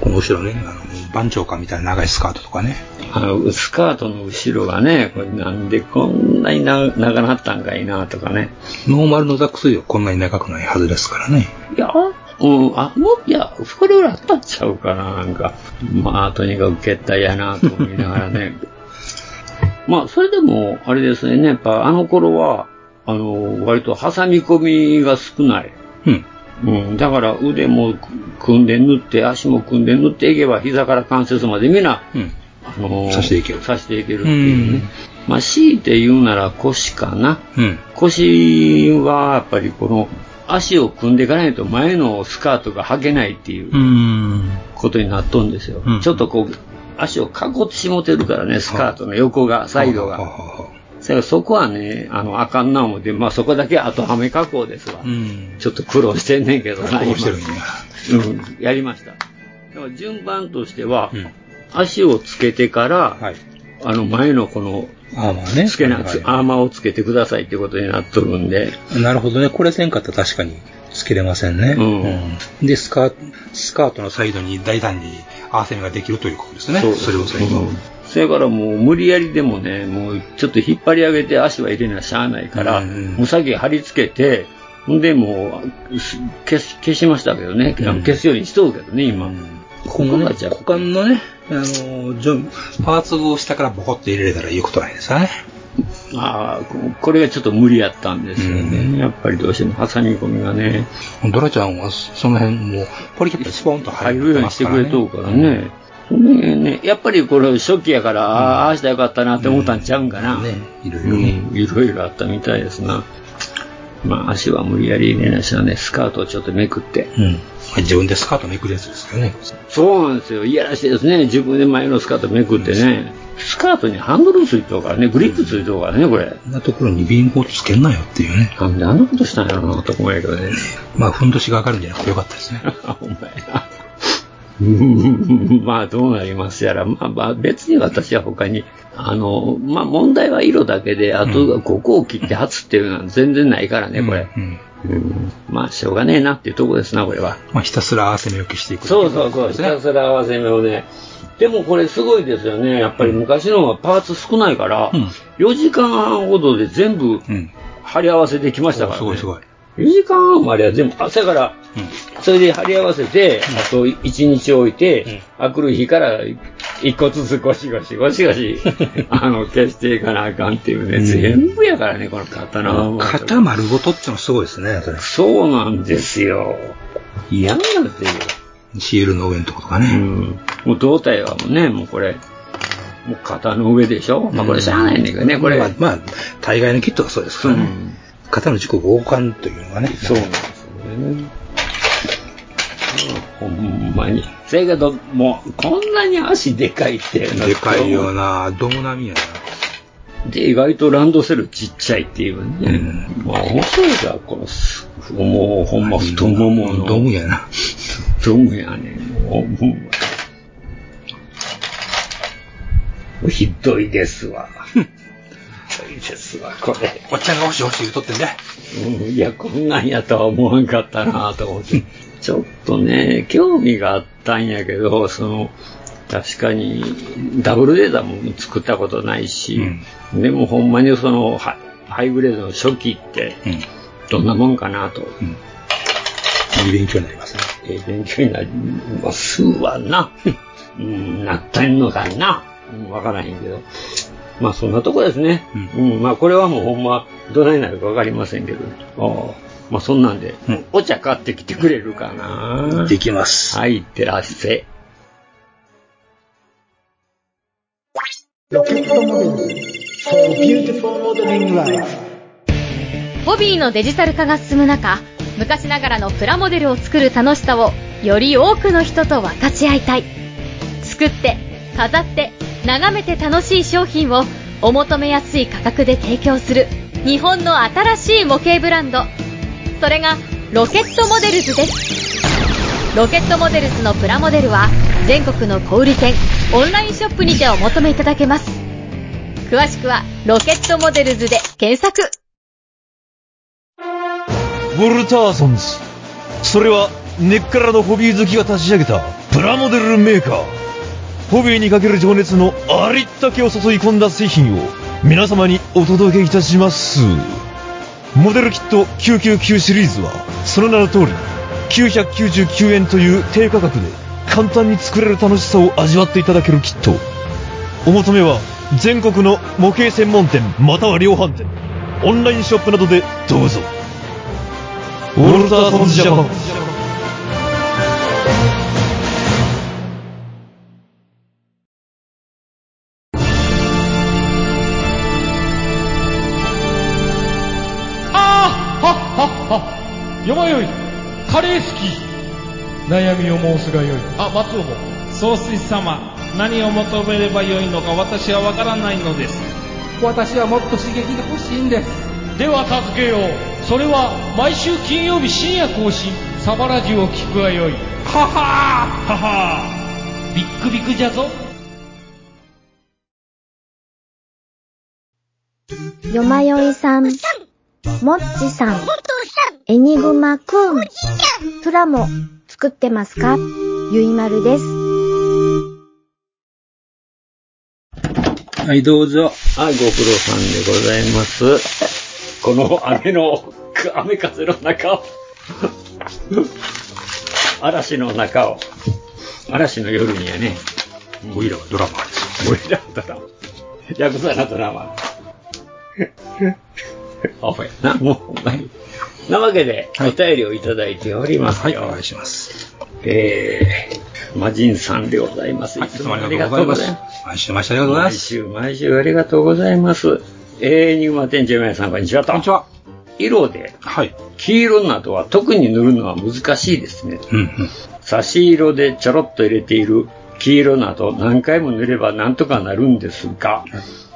J: この後ろね、あの、番長官みたいな長いスカートとかね。
I: あの、スカートの後ろがね、これなんでこんなにな長なったんかいなとかね。
J: ノーマルのザクスよりはこんなに長くないはずですからね。
I: いや、うん、あ、もう、いや、それぐらいあったんちゃうかな、なんか。まあ、とにかく決体やなと思いながらね。 まあ、それでも、あれですね、やっぱあの頃は、あの、割と挟み込みが少ない。
J: うん。
I: うん、だから腕も組んで縫って、足も組んで縫っていけば、膝から関節までみんな、
J: うん。
I: あのー
J: 刺していける
I: 刺していけるっていうね。まあ、強いて言うなら腰かな。
J: うん。
I: 腰はやっぱりこの足を組んでいかないと前のスカートが履けないっていう
J: うん。
I: ことになっとんですよ。
J: うん
I: ちょっとこう、足を囲ってしもてるからね、スカートの横が、サイド
J: はは
I: が。
J: はは
I: それからそこはね、あの、あかんな思って、まあそこだけ後はめ加工ですわ。
J: うん。
I: ちょっと苦労してんねんけどな、
J: こうしてるんや。
I: 今うん、やりました。だから順番としては、
J: うん。
I: 足をつけてから、
J: はい。
I: あの前のこの
J: アーマーね。
I: つけな、
J: はい
I: アーマーをつけてくださいってことになっとるんで、
J: なるほどね。これせんかったら確かにつけれませんね。
I: うん
J: うんで、スカー、スカートのサイドに大胆に合わせ目ができるということですね。それをそれ
I: うんそれからもう無理やりでもね、もうちょっと引っ張り上げて足は入れなしゃあないから、
J: うんうん
I: もう先貼り付けて、んでもうす消し消しましたけどね、
J: うん
I: 消すようにしとるけどね、今。
J: 股間
I: ここ
J: の
I: が
J: ね、
I: じゃあ
J: 股間のね、あのー、ジョンパーツを下からボコッと入れれたらいいことないですかね。
I: ああここれがちょっと無理やったんですよね、
J: うん
I: やっぱりどうしても挟み込みがね、
J: ドラちゃんはその辺もう、ポリキャップスポンと入
I: 入
J: る
I: るようにしてくれとるから。ね。ねねやっぱりこれ初期やから、ああああしたらよかったなって思ったんちゃうんかな。
J: ね、いろいろ
I: う
J: ね。
I: ん、いろいろあったみたいですな。まあ、足は無理やり入れなしはね、スカートをちょっとめくって。
J: うん。自分でスカートめくるやつですよね。
I: そうなんですよ。いやらしいですね。自分で前のスカートめくってね。スカートにハンドルついとるからね、グリップついとるからね、これ。
J: そんなところにビームコートつけんなよっていうね。
I: なんであんなことしたんやろうな、と思うんやけどね。
J: まあ、ふんどしが上がるんじゃなくてよかったですね。
I: あ お前な。うんまあどうなりますやら、まあ、まあ別に私は他に、あの、まあ問題は色だけで、あとここを切って初っていうのは全然ないからね、これ。
J: うんうん
I: うんまあしょうがねえなっていうとこですな、これは。
J: まあ、ひたすら合わせ目を消していく。
I: そうそうそう、ひたすら合わせ目をね。でもこれすごいですよね。やっぱり昔のはパーツ少ないから、
J: うん
I: 4時間半ほどで全部
J: うん。
I: 貼り合わせできましたから、ね。
J: すごいすごい。
I: 4時間半もあれは全部、あ、それから、それで貼り合わせて、あと1日置いて、あくる日から1個ずつゴシゴシゴシゴ シ、あの、消していかなあかんっていうね、
J: うん
I: 全部やからね、この刀は
J: うん。肩丸ごとってのはすごいですね、それ。
I: そうなんですよ。嫌なんですよ。
J: シールの上のとことか
I: う
J: ね。
I: ん。もう胴体はもうね、もうこれ、もう肩の上でしょまあこれしゃあないんだけどね、これ。
J: まあ、まあ、大概のキットがそうですからね。肩の軸合換というのがね。
I: そうなんですよね。ほんまに。せやけど、もう、こんなに足でかいって。
J: でかいよ。なドム並みや
I: で、意外とランドセルちっちゃいっていう
J: な
I: ね。まあ、細いが、このす、もう、ほんま太ももの。
J: ドムやな。
I: ドムやね。もうほんまにひどいですわ。ひどいですわ、これ。
J: おっちゃんが欲しい欲しい言うとってんで。
I: うんいや、こんなんやとは思わんかったなと思って。ちょっとね、興味があったんやけど、その、確かに、ダブルデータも作ったことないし、でもほんまにその、ハハイグレードの初期って、どんなもんかなと。
J: いい勉強になりますね。
I: ええ勉強になりますわな。うん、なったんのかな。うんわからへんけど。まあそんなとこですね。うん、まあこれはもうほんま、どないなるかわかりませんけど。ああまあそんなんで、お茶買ってきてくれるかな。
J: できます。
I: はい、いってらっしゃい。
K: ボビーのデジタル化が進む中昔ながらのプラモデルを作る楽しさをより多くの人と分かち合いたい作って飾って眺めて楽しい商品をお求めやすい価格で提供する日本の新しい模型ブランドそれがロケットモデルズですロケットモデルズのプラモデルは全国の小売店オンラインショップにてお求めいただけます詳しくは「ロケットモデルズ」で検索
L: ウォルターソンズそれは根っからのホビー好きが立ち上げたプラモデルメーカーホビーにかける情熱のありったけを注い込んだ製品を皆様にお届けいたしますモデルキット999シリーズはその名の通り999円という低価格で簡単に作れる楽しさを味わっていただけるキットお求めは全国の模型専門店または量販店オンラインショップなどでどうぞウォルターソンズジャパン
M: ああはっはっはよまよいカレー好き
N: 悩みを申すがよい
M: あ松尾も
N: 総帥様何を求めればよいのか私はわからないのです
M: 私はもっと刺激が欲しいんですでは助けようそれは毎週金曜日深夜更新サバラジュを聞くがよいははははビックビックじゃぞ
O: よまよいさん、もっちさん、エニグマくん、プラも作ってますかゆいまるです。
I: はい、どうぞ。はい、ご苦労さんでございます。この雨の、雨風の中を、嵐の中を、嵐の夜にやね。おいらはドラマです。おいらはドラマ。ヤクザなドラマ。アホやな、もうほんまに。なわけで、お便りをいただいておりますよ。はい、お願いします。えー、魔人さんでございます。いつもありがとうございます。
J: 毎週毎週ありがとうございます。
I: 毎週毎週ありがとうございます。えー、ニグマ店長皆さん、こんにちはと。こんにちは。色で、黄色などは特に塗るのは難しいですね。差し色でちょろっと入れている黄色など何回も塗ればなんとかなるんですが、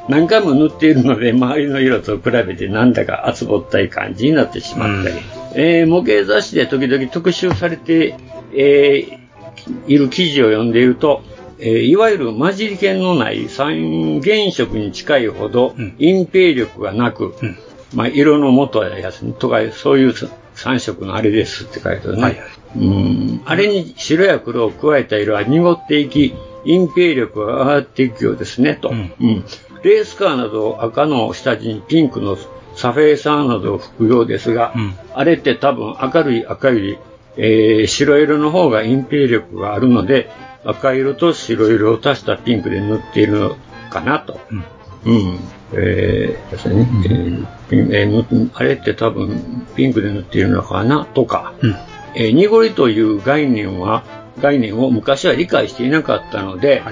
I: 何回も塗っているので周りの色と比べてなんだか厚ぼったい感じになってしまったり、えー模型雑誌で時々特集されて、えーいる記事を読んでいると、えーいわゆる混じり気のない三原色に近いほど隠蔽力がなく、まあ、色の元やつとか、そういう三色のあれですって書いてあるね。うんあれに白や黒を加えた色は濁っていき、隠蔽力が上がっていくようですね、と。うんレースカーなど赤の下地にピンクのサフェーサーなどを吹くようですが、あれって多分明るい赤より、えー白色の方が隠蔽力があるので、赤色と白色を足したピンクで塗っているのかなと。うん。えーですねえーピンえー塗あれって多分ピンクで塗っているのかなとか、えー濁りという概念は、概念を昔は理解していなかったので、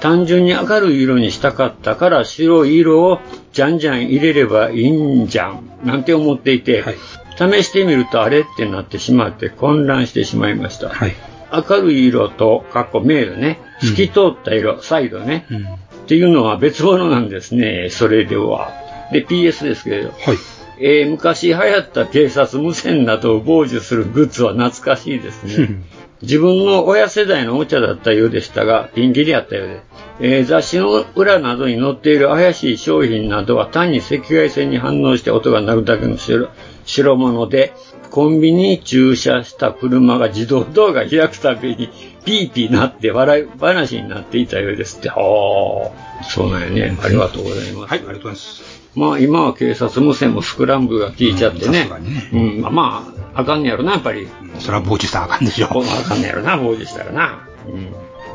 I: 単純に明るい色にしたかったから白い色をじゃんじゃん入れればいいんじゃんなんて思っていて、試してみるとあれってなってしまって混乱してしまいました。明るい色と、かっこ明度ね、透き通った色、サイドね、っていうのは別物なんですね、それでは。で、PS ですけれど、えー昔流行った警察無線などを傍受するグッズは懐かしいですね。自分の親世代のおもちゃだったようでしたが、ピンキリやったようで、えー雑誌の裏などに載っている怪しい商品などは単に赤外線に反応して音が鳴るだけの代代物で、コンビニに駐車した車が自動ドアが開くたびに、ピーピーなって笑い話になっていたようですって。ああ、そうなんやね。ありがとうございます。はい、ありがとうございます。まあ今は警察無線もスクランブルが効いちゃってね。うん、まあ、あかんねやろな、やっぱり。
J: それは傍受したらあかんでしょ。
I: あかんねやろな、傍受したらな。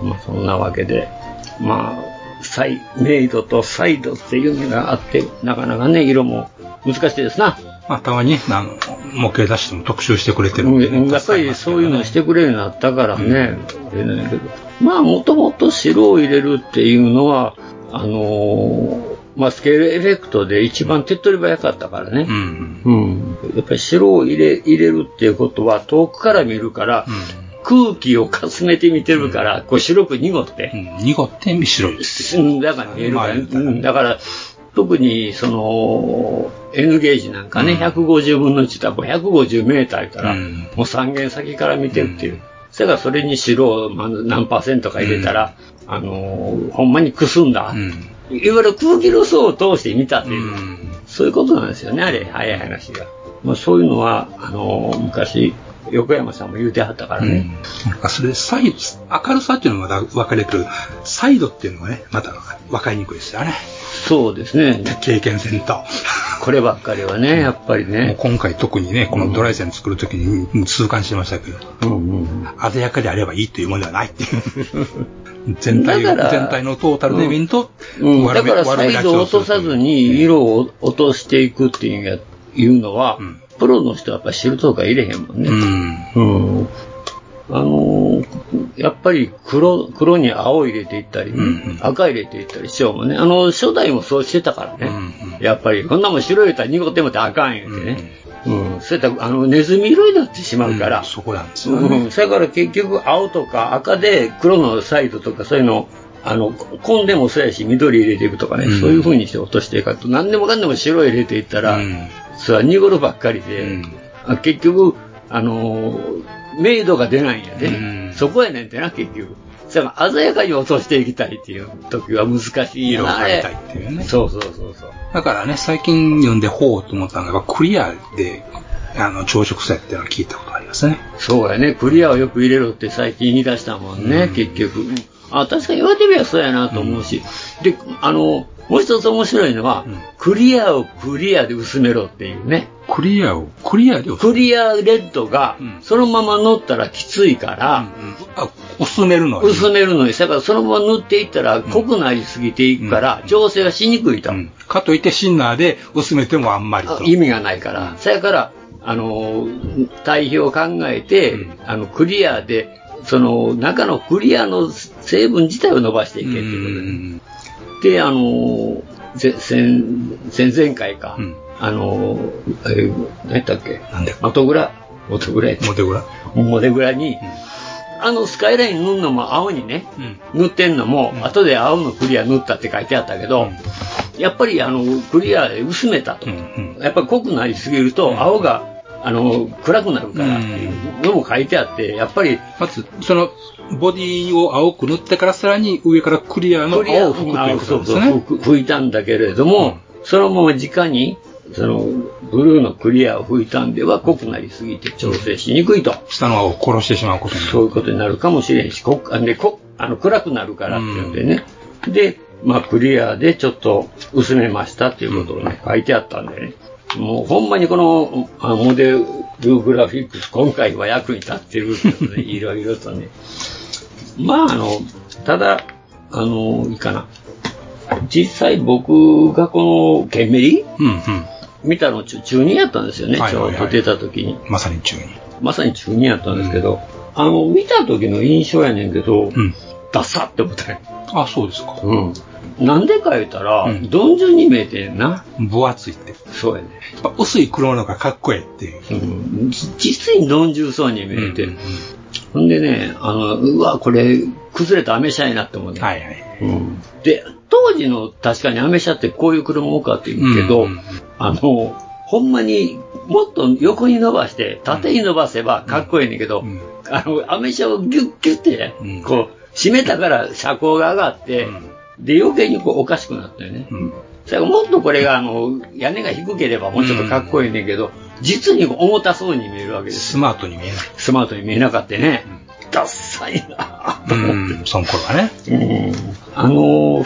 I: うん。まあそんなわけで、まあ、サイ、メイドとサイドっていうのがあって、なかなかね、色も難しいですな。
J: まあ、たまに、あの、模型出しても特集してくれてるんで
I: うんやっぱりそういうのしてくれるようになったからね、ええねんけどまあもともと白を入れるっていうのはあのーまあ、スケールエフェクトで一番手っ取り早かったからね、うんやっぱり白を入れ入れるっていうことは遠くから見るから、空気をかすめて見てるから、こう白く濁って、
J: 濁って白いです
I: うんだから見えるから、うんだから特にその N ゲージなんかね、150分の1だもう150メーターから、もう3軒先から見てるっていう、それからそれに白をまあ何パーセントか入れたら、あのーほんまにくすんだ、いわゆる空気ロスを通して見たっていう、そういうことなんですよねあれ早い話が、まあ、そういうのはあのー昔横山さんも言うてはったからね、
J: なんかそれでサイド、明るさっていうのがまだ分かれてる、サイドっていうのがね、また分かりにくいですよね。
I: そうですね。
J: 経験戦 と。
I: こればっかりはね、やっぱりね。
J: 今回特にね、このドライセン作るときにうん痛感してましたけど、鮮やかであればいいというものではないっていう。全体
I: だ
J: を、
I: から
J: 全体のトータルで見ると、
I: うん、だ
J: 悪目
I: からサ
J: 悪目
I: イ
J: 立ち
I: ズを
J: を
I: 落とさずに色を落としていくっていうやいうのは、プロの人はやっぱ知るとか入れへんもんね。うんあのーやっぱり黒黒に青入れていったり、赤入れていったりしようもんね。あの、初代もそうしてたからね。やっぱり、こんなもん白入れたら濁ってもってあかん言うてね。うんそうやったらあのネズミ色になってしまうから、
J: そこなんです
I: よ、うん、それから結局青とか赤で黒のサイドとかそういうのをあの混んでもそうやし緑入れていくとかね、
J: うん
I: そういう風にして落としていかんと何でもかんでも白入れていったら、それは濁るばっかりで、あ結局あのー明度が出ないんやで、そこやねんてな結局だから鮮やかに落としていきたいっていう時は難しいよな
J: 色を変えたい
I: っていうねそうそうそうそう
J: だからね、最近読んでほうと思ったのが、クリアで、あの、朝食祭っていうのは聞いたことありますね。
I: そうやね、クリアをよく入れろって最近言い出したもんね、結局。あ、確かに言われてみればそうやなと思うし。で、あの、もう一つ面白いのは、クリアをクリアで薄めろっていうね。
J: クリアをクリアで
I: クリアレッドが、そのまま乗ったらきついから、
J: 薄めるの
I: に。薄めるのに。だからそのまま塗っていったら濃くなりすぎていくから、調整がしにくいと。
J: かといってシンナーで薄めてもあんまりと。
I: 意味がないから。そやから、あの、対比を考えて、あの、クリアで、その、中のクリアの成分自体を伸ばしていけっていうことで。で、あの、ぜ先、先々回か、あの、えー何やったっけなん元蔵元蔵やった。元
J: 蔵
I: 元蔵に、あのスカイライン塗るのも青にね、塗ってんのも、後で青のクリア塗ったって書いてあったけど、やっぱりあのクリア薄めたと、やっぱり濃くなりすぎると青が、あの暗くなるからっていうのも書いてあって、やっぱり
J: まず、その、ボディを青く塗ってからさらに上からクリアの
I: クリア
J: 青を吹くということなんですね。
I: そうそう吹いたんだけれども、そのまま直にそのブルーのクリアを吹いたんでは濃くなりすぎて調整しにくいと、
J: 下の青を殺してしまうこと
I: そういうことになるかもしれんしこあでこあの暗くなるからっていうんでね、で、まあ、クリアでちょっと薄めましたっていうことをね、書いてあったんでねもうほんまにこのあモデルグラフィックス今回は役に立ってる けどねいろいろとねまああのただあのいいかな実際僕がこのケンメリ
J: うんうん。
I: 見たの中中2やったんですよね、
J: はいはいはい
I: ちょうど出た時に
J: まさに中に。
I: まさに中2やったんですけど、あの、見た時の印象やねんけど、ダサって思ったよ。
J: あ、そうですか。
I: うん。なんでか言ったら、どんじゅうに見えてんな。
J: 分厚いって。
I: そうやね。
J: やっぱ薄い黒のがかっこええっていう。
I: うん。じ実にどんじゅうそうに見えて、ほんでね、あの、うわ、これ、崩れたアメ車やなって思うね。はい
J: はい。
I: うん。で、当時の確かにアメ車ってこういう車多かって言うけど、あの、ほんまにもっと横に伸ばして、縦に伸ばせばかっこいいねんだけど、あの、アメ車をギュッギュッて、こう、締めたから車高が上がって、で、余計にこうおかしくなったよね。それがもっとこれが、あの、屋根が低ければもうちょっとかっこいいねんけど、実に重たそうに見えるわけです。
J: スマートに見えない。
I: スマートに見えなかったね。ダッサいなぁと思って。
J: その頃はね。
I: あのー、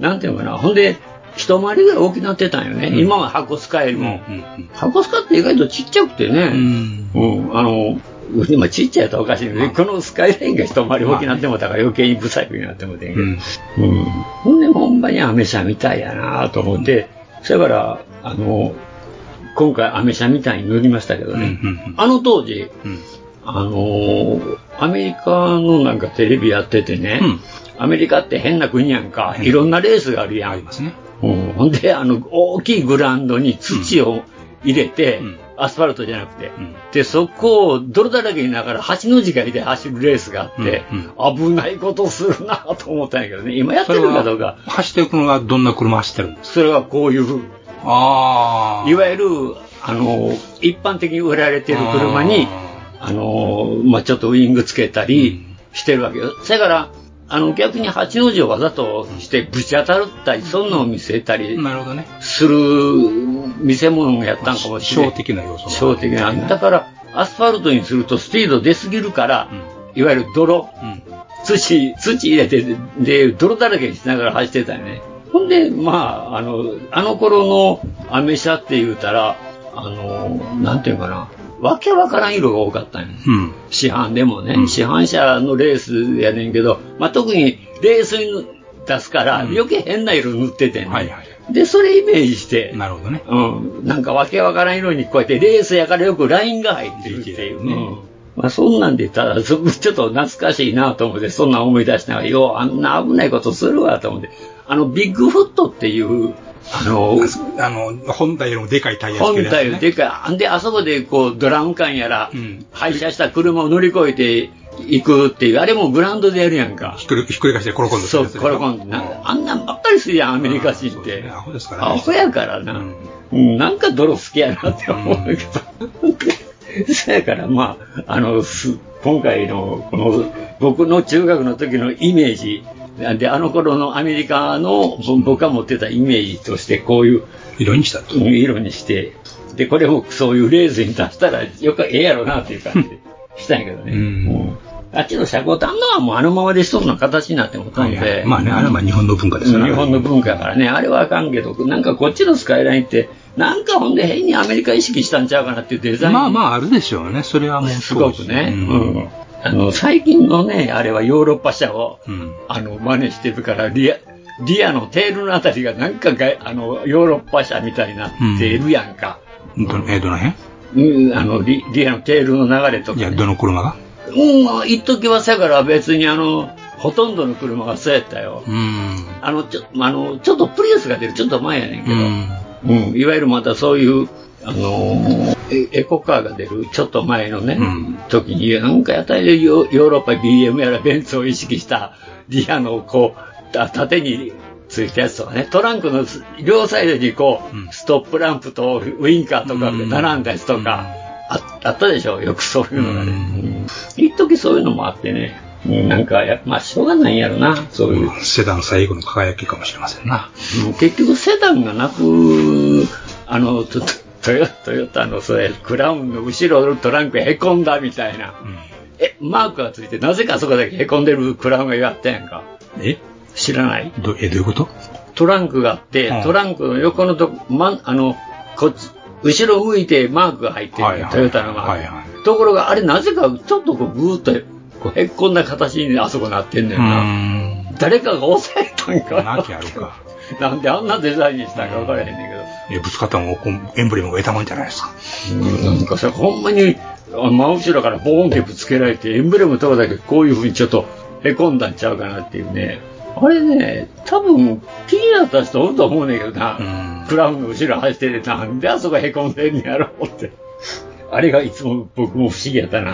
I: なんていうのかな、ほんで、一回りぐらい大きなってたんよね。
J: うん
I: 今は箱スカよりも。箱スカって意外とちっちゃくてね。うん。あの、今ちっちゃいとおかしいね。このスカイラインが一回り大きなってもだから余計に不細工になってもてんけど。うん。ほんで、ほんまにアメ車みたいやなと思って、それから、あの、今回アメ車みたいに塗りましたけどね。あの当時、あのーアメリカのなんかテレビやっててね、アメリカって変な国やんか、いろんなレースがあるやん。うんほんで、あの、大きいグラウンドに土を入れて、アスファルトじゃなくて、で、そこを泥だらけにながら橋の字がいで走るレースがあって、危ないことするなと思ったんやけどね、今やってるかどうか、
J: 走っていくのはどんな車走ってるんです
I: それはこういう、
J: あ
I: いわゆる、あの、一般的に売られてる車に、あのーまあ、ちょっとウイングつけたりしてるわけよ。それから、あの、逆に八王子をわざとしてぶち当たったり、そんなのを見せたり、
J: なるほどね。
I: する見せ物やったんかもしれない。
J: 小的な要素。
I: 小的な。だから、アスファルトにするとスピード出すぎるから、いわゆる泥、土、土入れて、で、泥だらけにしながら走ってたよね。ほんで、まあ、あの、あの頃のアメ車って言うたら、あの、なんていうかな、わけわからん色が多かったんよ。
J: うん。
I: 市販でもね、市販車のレースやねんけど、まあ、特にレースに出すから、余計変な色塗っててね、で、それイメージして、
J: なるほどね。
I: うん、なんかわけわからん色にこうやってレースやからよくラインが入ってるっていうね。まあ、そんなんで、ただ、そちょっと懐かしいなと思って、そんなん思い出しながら、よう、あんな危ないことするわと思って、あの、ビッグフットっていう、あの、
J: あの、本体よりもでかいタイヤつけ
I: 本
J: るやつ
I: 体でかい。で、あそこでこう、ドラム缶やら、廃車した車を乗り越えていくっていう、あれもブランドでやるやんか。
J: ひっくりひっくり返してコロコロとす
I: そ
J: る
I: う、
J: やつでしょ
I: これ今度な、あんなんばっかりするやん、アメリカ人って。ア
J: ホです
I: からアホやからな。うんなんか泥好きやなって思うけど。そやから、まあ、あの、す今回の、この、僕の中学の時のイメージ、で、あの頃のアメリカのぼ僕が持ってたイメージとして、こういう、
J: 色にしたと。
I: 色にして、で、これもそういうレーズに出したら、よくええやろなっていう感じ でしたんやけどね。うんあっちの社交ってあんなはもうあのままで一つの形になってもたんで、
J: まあね、あれはまあ日本の文化ですから。
I: 日本の文化やからね、あれはあかんけど、なんかこっちのスカイラインって、なんかほんで変にアメリカ意識したんちゃうかなっていうデザイン。
J: まあまああるでしょうね。それはもうす
I: すごくね。うんあの、最近のね、あれはヨーロッパ車を、あの、真似してるから、リア、リアのテールのあたりがなんかが、あの、ヨーロッパ車みたいになってるやんか。
J: どえ、どの辺
I: うん、あの、リリアのテールの流れとか、
J: いや、どの車が
I: うん、まあ一時はせやから別にあの、ほとんどの車がそうやったよ。
J: うん。
I: あの、ちょ、あの、ちょっとプリウスが出る、ちょっと前やねんけど、
J: うん。
I: いわゆるまたそういう、あのーエエコカーが出るちょっと前のね、時に、なんかやたらヨヨーロッパ BM やらベンツを意識したリアのこう、た縦についたやつとかね、トランクのす両サイドにこう、ストップランプとウインカーとかが並んだやつとか、ああったでしょ、よくそういうのがね。うん一時そういうのもあってね、なんかや、まあしょうがないんやろな、そういう。
J: セダン最後の輝きかもしれませんな。
I: もう結局セダンがなく、あの、トトトヨトヨタのそれ、クラウンの後ろのトランクへこんだみたいな。え、マークがついて、なぜかあそこだけへこんでるクラウンがやったやんか。
J: え
I: 知らない
J: ど、え、どういうこと
I: トランクがあって、
J: うん
I: トランクの横のとこ、ま、あの、こっち、後ろ向いてマークが入ってる、トヨタのマーク。ところが、あれなぜかちょっとこう、ぐーっとこうへっこんだ形にあそこなってんだよな。 誰かが押さえたんかな。
J: きゃあるか。
I: なんであんなデザインにしたんか分からへんねんけ
J: え、
I: ど。
J: ぶつかったもん、こうエンブレムが得たもんじゃないですか。
I: なんかさ、ほんまに、あ真後ろからボーンってぶつけられて、エンブレムとかだけこういう風にちょっと凹んだんちゃうかなっていうね。あれね、多分、気になった人おると思うねんけどな。クラウンの後ろ走ってて、なんであそこ凹んでんねやろうって。あれがいつも僕も不思議やったな。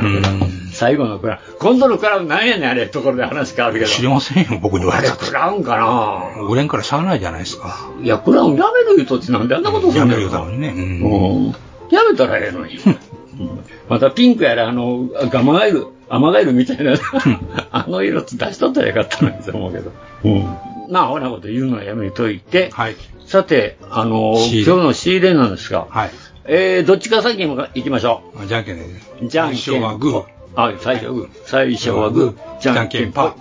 I: 最後のクラウン。今度のクラウンなんやねん、あれ。ところで話変わるけど。
J: 知りませんよ、僕に言われた
I: クラウンかな
J: 売れんからしゃあないじゃないですか。
I: いや、クラウンやめる言うとってなんであんなことするんだよ。やめる
J: だもんね。
I: やめたらええのに。 またピンクやら、あの、ガマガエル、アマガエルみたいな、あの色出しとったらよかったのにと思うけど。まあ、ほなこと言うのはやめといて、さて、あのー、今日の仕入れなんですが、えー、どっちから先に向か行きましょう。
J: じゃんけんで。
I: じゃんけん。最
J: 初はグー。
I: あ、最初はグー。最初はグー。じゃんけんパ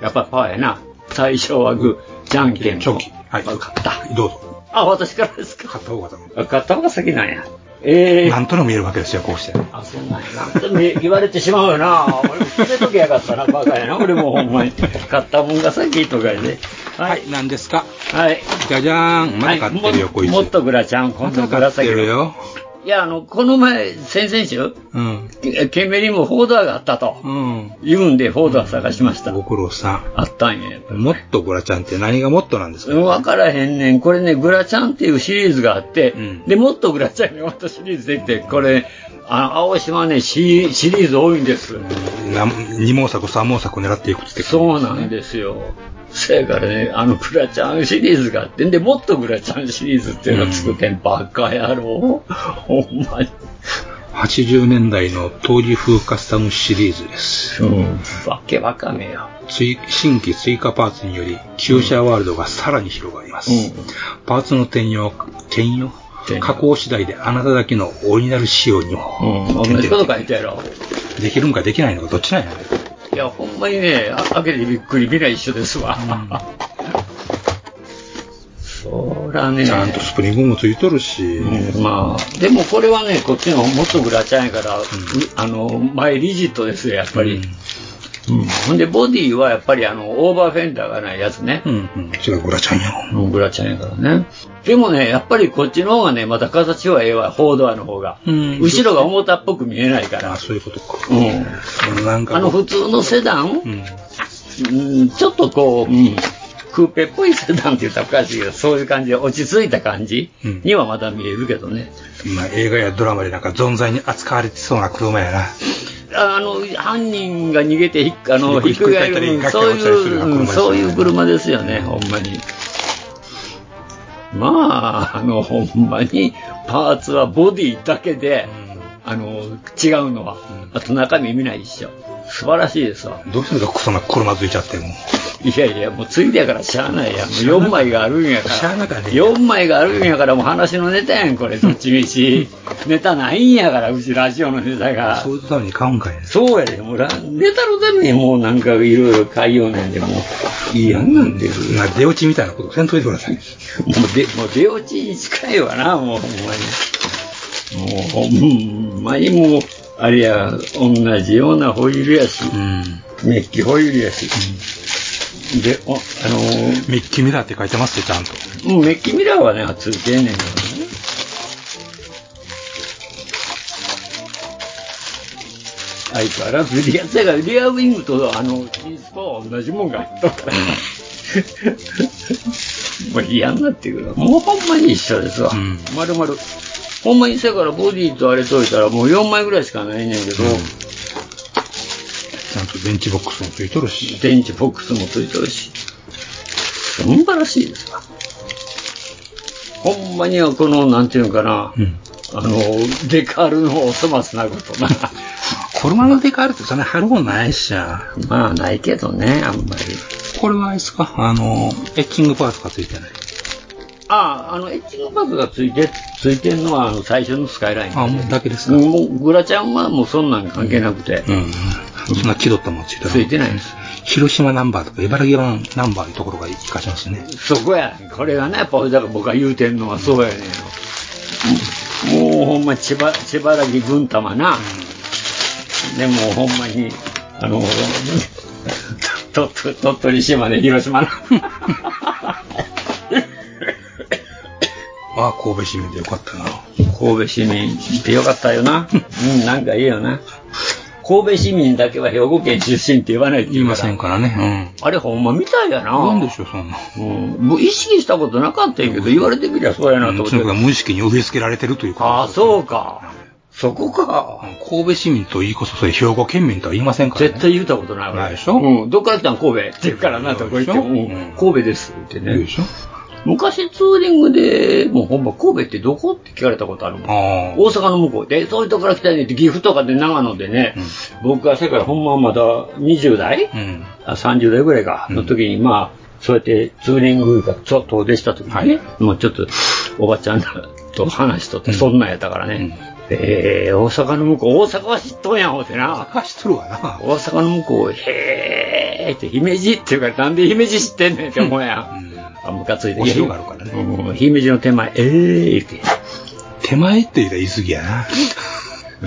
I: ー。やっぱパーやな。最初はグー。じゃんけんポー。はい。勝った。
J: どうぞ。
I: あ、私からですか。
J: 勝った方が
I: あ勝った方が先なんや。えー、
J: なんとなく見えるわけですよ、こうして。
I: あ、そんなんやな。でも言われてしまうよな。俺も決めとけやかったな、バカやな。俺もほんまに。買ったもんが先とかやで。
J: はい、何ですか
I: はい。
J: じゃじゃーん。まだ買ってるよ、
I: はい
J: こいつ。
I: もっとグラちゃん、こんな
J: まだ
I: グ
J: 買
I: ラ
J: って
I: 先
J: るよ。
I: いや、あの、この前、先々週、
J: うん。
I: けケンメリもフォーダーがあったと。
J: うん。
I: 言うんで、フォーダー探しました。
J: ご苦労さん。
I: あったんや。
J: もっとグラちゃんって何がもっとなんですか
I: うんわからへんねん。これね、グラちゃんっていうシリーズがあって、で、もっとグラちゃんにもっとシリーズできて、これ、あの、青島ね、シシリーズ多いんです。
J: な二毛作、三毛作狙っていくって
I: そうなんですよ。せやからね、あの、グラちゃんシリーズがあって、で、もっとグラちゃんシリーズっていうのを作ってん、バカ野郎。ほんまに。
J: 80年代の当時風カスタムシリーズです。
I: うん。わけわかめよ。
J: 追新規追加パーツにより、旧車ワールドがさらに広がります。パーツの転用、転用加工次第であなただけのオリジナル仕様にも。
I: 同じこと書いてやろ
J: できるんかできないのかどっちなんやね
I: いや、ほんまにね、あ開けてびっくり、未来一緒ですわ。そらね。
J: ちゃんとスプリングもついとるし。
I: まあ、でもこれはね、こっちのもっとグラちゃんやから、うあの、前リジットですよ、やっぱり。ほんで、ボディはやっぱりあの、オーバーフェンダーがないやつね。
J: うんうん。それはグラちゃんやろ。
I: グラちゃんやからね。でもね、やっぱりこっちの方がね、また形はええわ、フォードアの方が。
J: うん
I: 後ろが重たっぽく見えないから。あ、
J: そういうことか。
I: うん。
J: なんか
I: あの、普通のセダン、うんちょっとこう、うんクーペっぽいセダンって言ったらおかしいけど、そういう感じで落ち着いた感じにはまだ見えるけどね。
J: まあ、映画やドラマでなんか存在に扱われてそうな車やな。
I: ああの犯人が逃げてひっあの
J: ひっ
I: ひっ
J: く
I: く
J: り
I: り
J: 返
I: 返
J: っ
I: る
J: たり
I: うん
J: ガッ
I: そ
J: キ
I: う
J: ャン
I: い
J: 落ちたりするような車
I: う、うんそういう車ですよね、ほんまに。まあ、あの、ほんまに、パーツはボディだけで、あの、違うのは、あと中身見ない一緒。素晴らしいですわ。
J: どうするか、そんな車付いちゃっても。
I: いやいや、もうついでやからしゃあないやん。もう4枚があるんやから。
J: しゃあなかね
I: 4枚があるんやから、もう話のネタやん、これ、どっち みち。ネタないんやから、うちラジオのネタが。
J: そういうために買うんかいな。
I: そうやで、もうラネタのためにもうなんかいろいろ買いようねんで、もう。いいやんなんで。
J: な出落ちみたいなことせんといてください。
I: もうでもう出落ちに近いわな、もうほんまに。もうほんまにもう、あれや、同じようなホイールやし、メッキホイールやし。で、おあのー
J: メッキミラーって書いてますよ、ちゃんと。
I: もうメッキミラーはね、ついてんねんけどね。相変わらずリア、だからリアウィングとあの、キースコアは同じもんが入っとるから。もう嫌になってくる。もうほんまに一緒ですわ。まるまる。ほんまにせやからボディとあれといたらもう4枚ぐらいしかないねんけど、
J: ちゃんと電池ボックスもついとるし。
I: 電池ボックスもついてるし。素晴らしいですわ。ほんまにはこの、なんていうのかな、あの、デカールのお粗末なことな。
J: 車のデカールってそんな貼るもんないっしゃ。
I: まあ、ないけどね、あんまり。
J: これはあれですかあの、エッキングパーツがついてない。
I: ああ、あの、エッジのバグがついて、ついてるのは、あの、最初のスカイライン。
J: あ、もうだけですか。
I: もう、グラちゃんはもうそんなん関係なくて、
J: うん。そんな気取ったもんついてない。
I: ついてないです。
J: 広島ナンバーとか茨城湾ナンバーいうところが活かしますね。
I: そこや、これがね、やっぱ、だから僕が言うてんのはそうやねんよ。もうほんま、千葉、千葉らぎ軍玉な。でもほんまに、あの、とと鳥取島で広島な。
J: ああ、神戸市民でよかったな。
I: 神戸市民ってよかったよな。うん、なんかいいよな。神戸市民だけは兵庫県出身って言わないって言いません
J: からね。
I: あれほんまみたいやな。
J: なんでしょう、そんな。
I: うん。もう意識したことなかったんやけど、言われてみりゃそうやなと思って
J: そ。の子が無意識に呼びつけられてるということ
I: ああ、そうか。そこか。
J: 神戸市民と言いこそ、それ兵庫県民とは言いませんからね。
I: 絶対言ったことない
J: ないでしょ
I: うん。どっから来たん神戸って言うからな、どこ行っても。うん神戸ですってね。昔ツーリングで、もうほんま神戸ってどこって聞かれたことあるもん。大阪の向こうで、そういうとこから来たねって岐阜とかで長野でね、僕がせやからほんままだ20代、あ30代ぐらいか、の時にまあ、そうやってツーリングがちょっと出した時にね、もうちょっとおばちゃんと話しとって、そんなんやったからね。えー、大阪の向こう、大阪は知っとんやほうてな。大阪
J: 知っとるわな。
I: 大阪の向こう、へーって、姫路っていうから、なんで姫路知ってんねんって思うやん。あ、ムカついて。
J: お城があるから
I: ね。うん姫路の手前、えーって。
J: 手前って言うたら言い過ぎやな。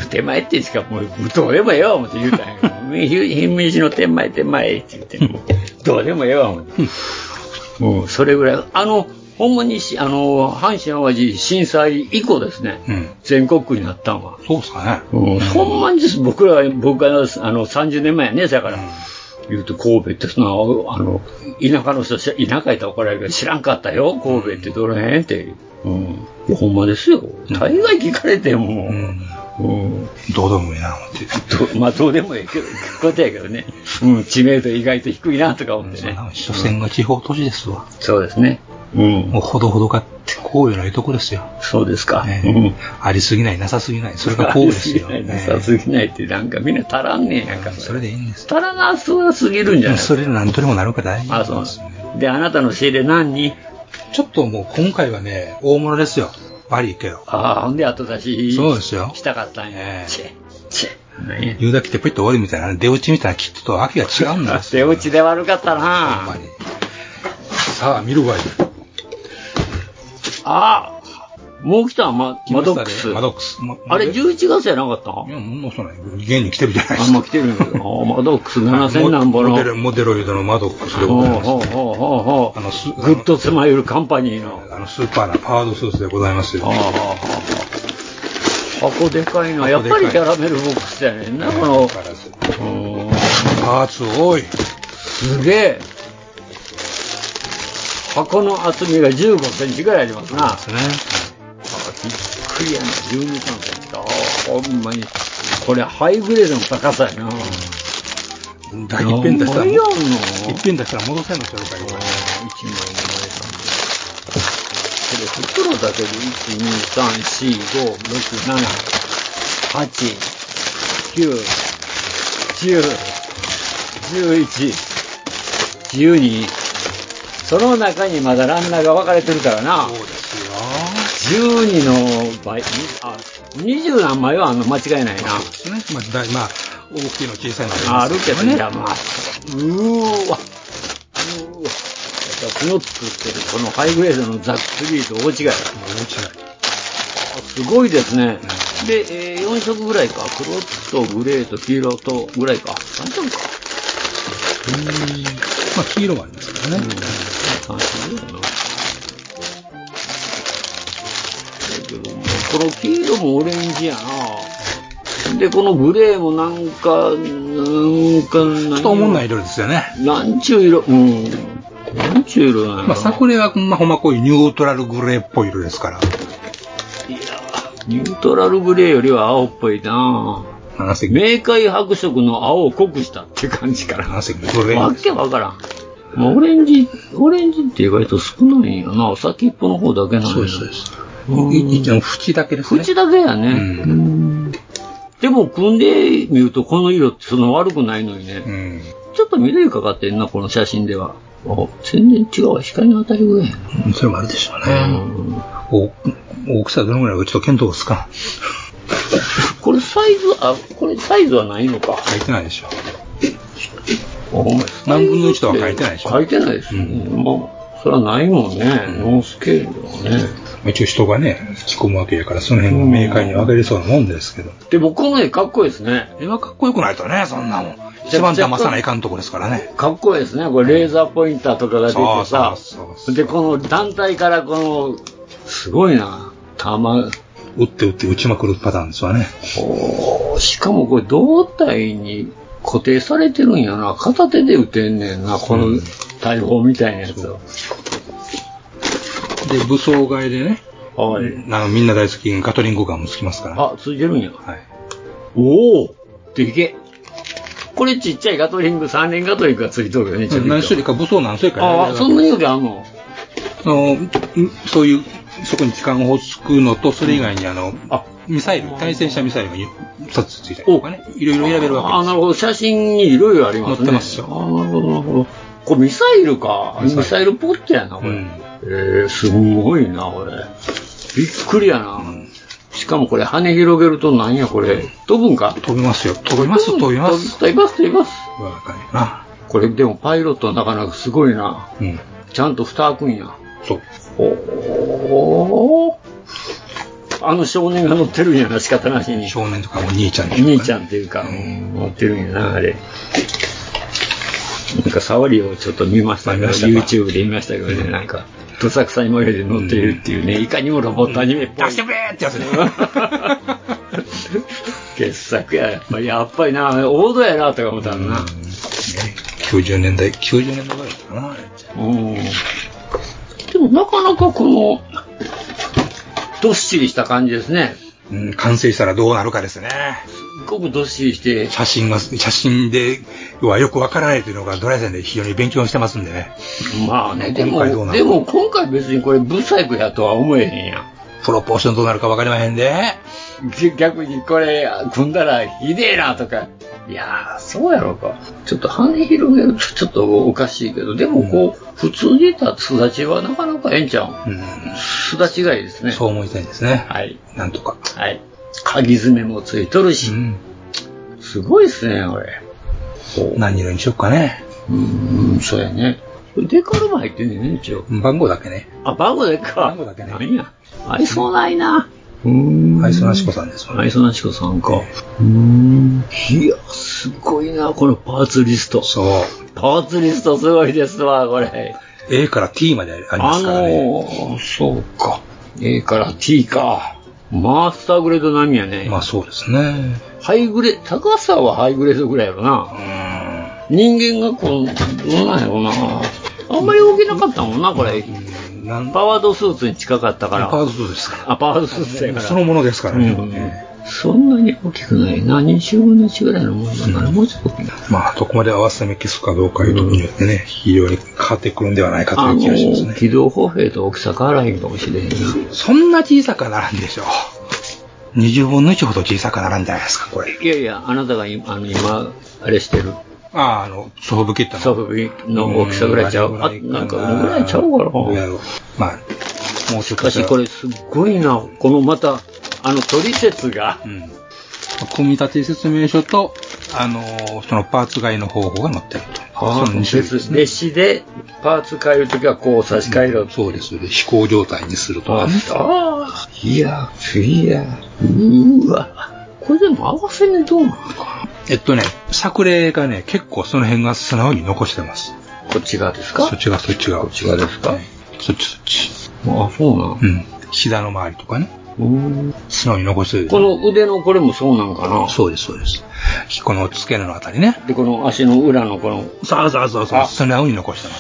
I: 手前ってしかもう、どうでもええわ、思って言うたんやけ ど。姫路の手前、手前って言って、もうどうでもええわ、思って。もう、それぐらい。あの、ほんまにし、あの、阪神淡路震災以降ですね。全国区になったんは。
J: そうですか
I: ね。ほんまにです僕ら、僕があの30年前やね、だから。言うと神戸ってその、あの、田舎の人、し田舎やったら怒られるけど、知らんかったよ、神戸ってどの辺って。うん。いやほんまですよ。大概聞かれても。うん。
J: どうでもいいな、思って。
I: どま あ、どうでもいいけど、ことやけどね。うん、知名度意外と低いな、とか思ってね。
J: 所詮が地方都市ですわ。
I: そうですね。うん。
J: もうほどほどかって神戸のいいとこですよ。
I: そうですか。
J: ねありすぎない、なさすぎない。それが神戸です よ。
I: なさすぎないって、なんかみんな足らんねえやんか。それでいいんです。足らなそうすぎるんじゃない
J: それで何とでもなるから大丈
I: あ、そうなんです。で、あなたの仕入れ何に
J: ちょっともう今回はね、大物ですよ。悪いけど。
I: ああ、ほんで後出し。
J: そうですよ
I: したかったんや。チェ、チェ。
J: 言うだけてペッと終わりみたいな、出落ちみたいなきっと秋が違うんだ。
I: 出落ちで悪かったなほんまに。
J: さあ、見るわよ。
I: ああもう来た、ま、マドックス。
J: マドックス。ま
I: あれ、11月やなかったい
J: や、もうそうない。現に来てるじゃないです
I: か。あ、もう来 てるんだけ ど。あマドックス7000なんぼの。
J: モデル、モデロイドのマドックスでございます。
I: ほうほうほうほう。あの、グッドスマイルカンパニーの。
J: あの、スーパーなパワードスーツでございますよ。
I: 箱でかいな。やっぱりキャラメルボックスやねんな、この。パ
J: ーツ多い。
I: すげえ。箱の厚みが15センチぐらいありますな。
L: 네.
J: ね。
I: びっくりやな、12センチ。ああ、ほんまに。これ、ハイグレードの高さやな。
J: だいっぺん出したら、
I: 何
J: い
I: やんの
J: っぺん出したら戻せんのちゃうか、今。
I: 一枚二枚三枚。これ袋だけで一二三四五六七八九十十一十二その中にまだランナーが分かれてるからな。そうですよ。12の倍、にあ、20何枚はあの間違いないな。
J: そうですね。まあ、だいまあ、大きいの小さいの
I: あるけどね。いや
J: あり
I: まあ、
J: ま
I: うーわ。うーわ。私の作ってるこのハイグレードのザックスリーと大違い。大違い。すごいですね。で、えー、4色ぐらいか。黒とグレーと黄色とぐらいか。3色か。
J: あ、黄色もありますからね。
I: 3色ぐらいな。だけどもこの黄色もオレンジやな。で、このグレーもなんか、なんか何、
J: ちょっとおもんない色ですよね。
I: なんちゅう色、うん。なんちゅう色なの、
J: まあ、桜は、まあ、ほんまこういうニュートラルグレーっぽい色ですから。
I: ニュートラルグレーよりは青っぽいなぁ。明快白色の青を濃くしたって感じから。
J: わけ
I: わからん。まあオレンジ、オレンジって意外と少ないんやな。先っぽの方だけなんや。そうです、そうです。
J: いい縁だけですね。
I: 縁だけやね。でも、組んでみると、この色ってその悪くないのにね。ちょっと緑かかってんな、この写真では。あ全然違うわ、光の当たりぐらいやな。
J: うんそれもあるでしょうね。お大きさどのぐらいかちょっと見当がつかん。
I: これサイズ、あ、これサイズはないのか。
J: 書いてないでしょ。
I: 何
J: 分の1とは書いてないでしょ
I: 書いてないですよね。まあ、それはないもんね。ノースケールはね。
J: 一応人がね、引き込むわけやから、その辺が明快に分かれそうなもんですけど。
I: でも、この絵かっこいいですね。
J: 絵はかっこよくないとね、そんなもん。一番騙さないかんとこですからね。
I: かっこいいですね。これレーザーポインターとかが出てさ
J: そうそう、
I: で、この団体からこの、すごいな、弾、
J: 打って打って打ちまくるパターンですわね。
I: おーしかもこれ胴体に固定されてるんやな。片手で打てんねんな、この大砲みたいなやつを。
J: で、武装替えでね、
I: はい。
J: あのみんな大好き、ガトリングガンもつきますから。
I: あ、ついてるんや。
J: はい。
I: おおでけこれちっちゃいガトリング、3連ガトリングがついとるよね、ちょびっと
J: 何種類か武装何種類か
I: ああ、そんなによりあんの
J: あのんそういう、そこに時間をつくのと、それ以外にあの、ミサイル、対戦したミサイルが2つついたりとかね、いろいろ選べるわけ
I: あ、なるほど。写真にいろいろあります
J: 載
I: ね。
J: ってますよ
I: あーなるほど、なるほど。これミサイルか。ミサイルポットやな、これ。えー、すごいな、これ。びっくりやな。しかもこれ、羽広げると何や、これ。飛ぶんか
J: 飛びますよ。飛びます、飛びます。
I: 飛びます、飛びます。
J: 若いな。
I: これ、でもパイロットなかなかすごいな。
J: うん。
I: ちゃんと蓋開くんや。
J: そう。
I: おー。あの少年が乗ってるんやな、仕方なしに。
J: 少年とかお兄ちゃん
I: 兄ちゃんっていうか、うん乗ってるんやな、あれ。なんか、触りをちょっと見ましたけ
J: 見
I: ど、
J: ました
I: YouTube で見ましたけどね、なんか、どさくさに模様で乗っているっていうね、いかにもロボットアニメっぽい。
J: 出してくれってやつね。
I: 傑作や、やっぱり、やっぱりな、王道やな、とか思ったのな。
J: 90年代、90年代ぐらいだったかな、あれ。
I: うん。でも、なかなかこの、どっしりした感じですね。
J: うん、完成したらどうなるかですね。
I: すっごくどっしりして、
J: 写真が、写真ではよくわからないというのがドライさんで非常に勉強してますんでね。
I: まあね、で
J: 今回どう
I: も、
J: な
I: で
J: る
I: も今回別にこれ、ブサイクやとは思えへんやん。
J: プロポーションどうなるかわかりまへんで。
I: ぎ逆にこれ組んだらひでえなとか。いやー、そうやろうか。ちょっと羽広げるとちょっとおかしいけど、でもこう、普通に言ったすだちはなかなかええんちゃう
J: うん、
I: すだちがいいですね。
J: そう思いたいですね。
I: はい。
J: なんとか。
I: はい。鍵爪もついとるし。すごいっすね、これ。
J: 何色にしよっかね。
I: うん、そうやね。これデカルマ入ってんねんね、一応。
J: 番号だけね。
I: あ、番号だけか。番
J: 号だけね。
I: 何や。愛想ないな。うん。
J: アイソナシコさんですもんね。
I: 愛想なし子さんか。うん。いや、すごいな、このパーツリスト。
J: そう。
I: パーツリストすごいですわ、これ。
J: A から T までありま
I: あ
J: すからね。
I: のー、そうか。A から T か。マスターグレード並みやね。
J: まあそうですね。
I: ハイグレ、高さはハイグレードぐらいやろな。人間がこう、どうなんやろな。あんまり動けなかったもんな、これ。
J: なん
I: パワードスーツに近かったから。
J: パワードスーツですか。
I: あ、パワードスーツやからら。
J: そのものですからね。
I: うんそんなに大きくないな。20分の1ぐらいのものだから、もうちょっと大きいな。
J: まあ、どこまで合わせ目消すかどうかいうところによってね、非常に変わってくるんではないかと
I: あ
J: い
I: の
J: う気がしますね。
I: 軌道歩兵と大きさ変わらへんかもしれへんな。
J: そんな小さくはならんでしょう。20分の1ほど小さくはならんじゃないですか、これ。
I: いやいや、あなたが今、あの今あれしてる、
J: ああ、あの、ソフブキットの。
I: サブビの大きさぐらいちゃう。
J: ん
I: あ、なんか、このぐらいちゃうから。
J: どやろうまあ、もうちょ
I: し
J: っと
I: か
J: した
I: し
J: ら
I: これすっごいな。このまた、あの、トリセツが、
J: 組み立て説明書と、あのーそのパーツ買いの方法が載ってると。
I: あ
J: その
I: ー
J: 二種類
I: 別、列子でパーツ変えるときはこう差し替えろと。
J: そうですよね。飛行状態にするとかね。
I: ああ、いや、いや、うわ。これでも合わせねどうなのか
J: えっとね、作例がね、結構その辺が素直に残してます。
I: なこっち側ですか
J: そっちがそっちが。こっ
I: ち側ですか
J: そっちそっち。
I: あ、そうなの
J: うん。膝の周りとかね。素直に残してる。
I: この腕のこれもそうなんかな
J: そうです、そうです。この付け根のあたりね。
I: で、この足の裏のこの、
J: そうそうそうそう。素直に残してま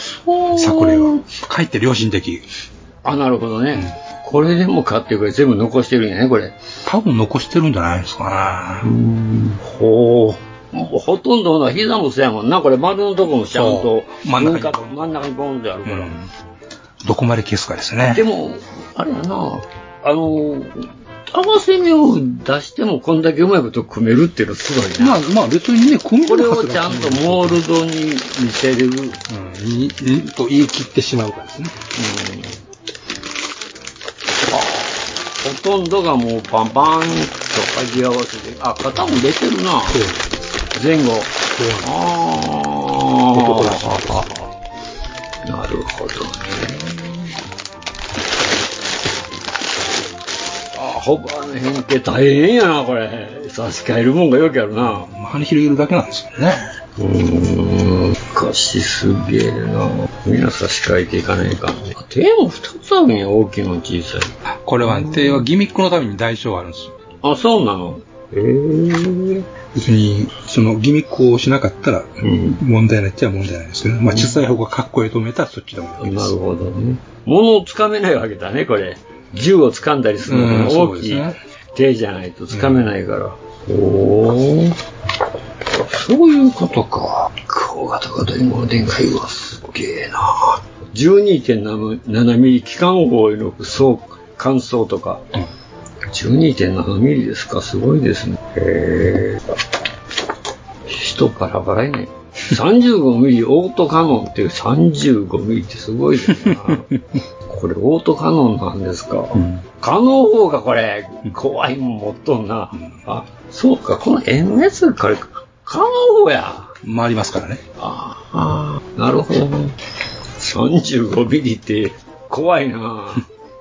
J: す。作例は。かえって良心的。
I: あ、なるほどね。これでもかっていうくらい全部残してるんやね、これ。
J: 多分残してるんじゃないですかね。
I: ほう。もうほとんどほな膝もそうやもんな、これ丸のとこもちゃんと
J: そう真ん中に
I: 分割真ん中にボンってあるから。
J: どこまで消すかですね。
I: でも、あれやな、あの、合わせ目を出してもこんだけうまいこと組めるっていうのすごい
J: ま
I: な。
J: あまあ別にね、組み
I: これ
J: 立て
I: をちゃんとモールドに見せる。うん
J: うん、に、にと言い切ってしまうかですね。
I: ほとんどがもうパンパンと鍵合わせで、あ、肩も出てるな。前後。
J: 男らしい
I: あ
J: です
I: あ。なるほどね。あ、ほぼあの変形大変やな、これ。差し替えるもんがよくあるな。
J: 羽広げるだけなんですよね。
I: うーん。昔すげえな。みんな差し替えていかないかんね。手も二つあるんや、大きいの小さい
J: これは、手はギミックのために代償があるんですよ。
I: の。あ、そうなの。ええ。
J: 別に、そのギミックをしなかったら、
I: うん。
J: 問題ないっちゃ問題ないですけど、まあ小さい方がかっこいいと思えたらそっちでもいいで
I: な
J: す
I: る。ほどね。物をつかめないわけだね、これ。銃をつかんだりするの
J: うん
I: に
J: そう
I: 大
J: です
I: きい
J: ね
I: 手じゃないとつかめないから。おお。そういうことか。小型型にも電解はすっげえな。12.7ミリ機関砲へのそう感想とか。12.7ミリ ですか、すごいですね。へえ。人バラバラやね。 35ミリオートカノンっていう35ミリってすごいですな。これオートカノンなんですか。カノン方がこれ、怖いもん持っとんな。あ、そうか、この NS これ、カノン方や。
J: 回りますからね。
I: ああ、なるほど。35ミリって怖い な。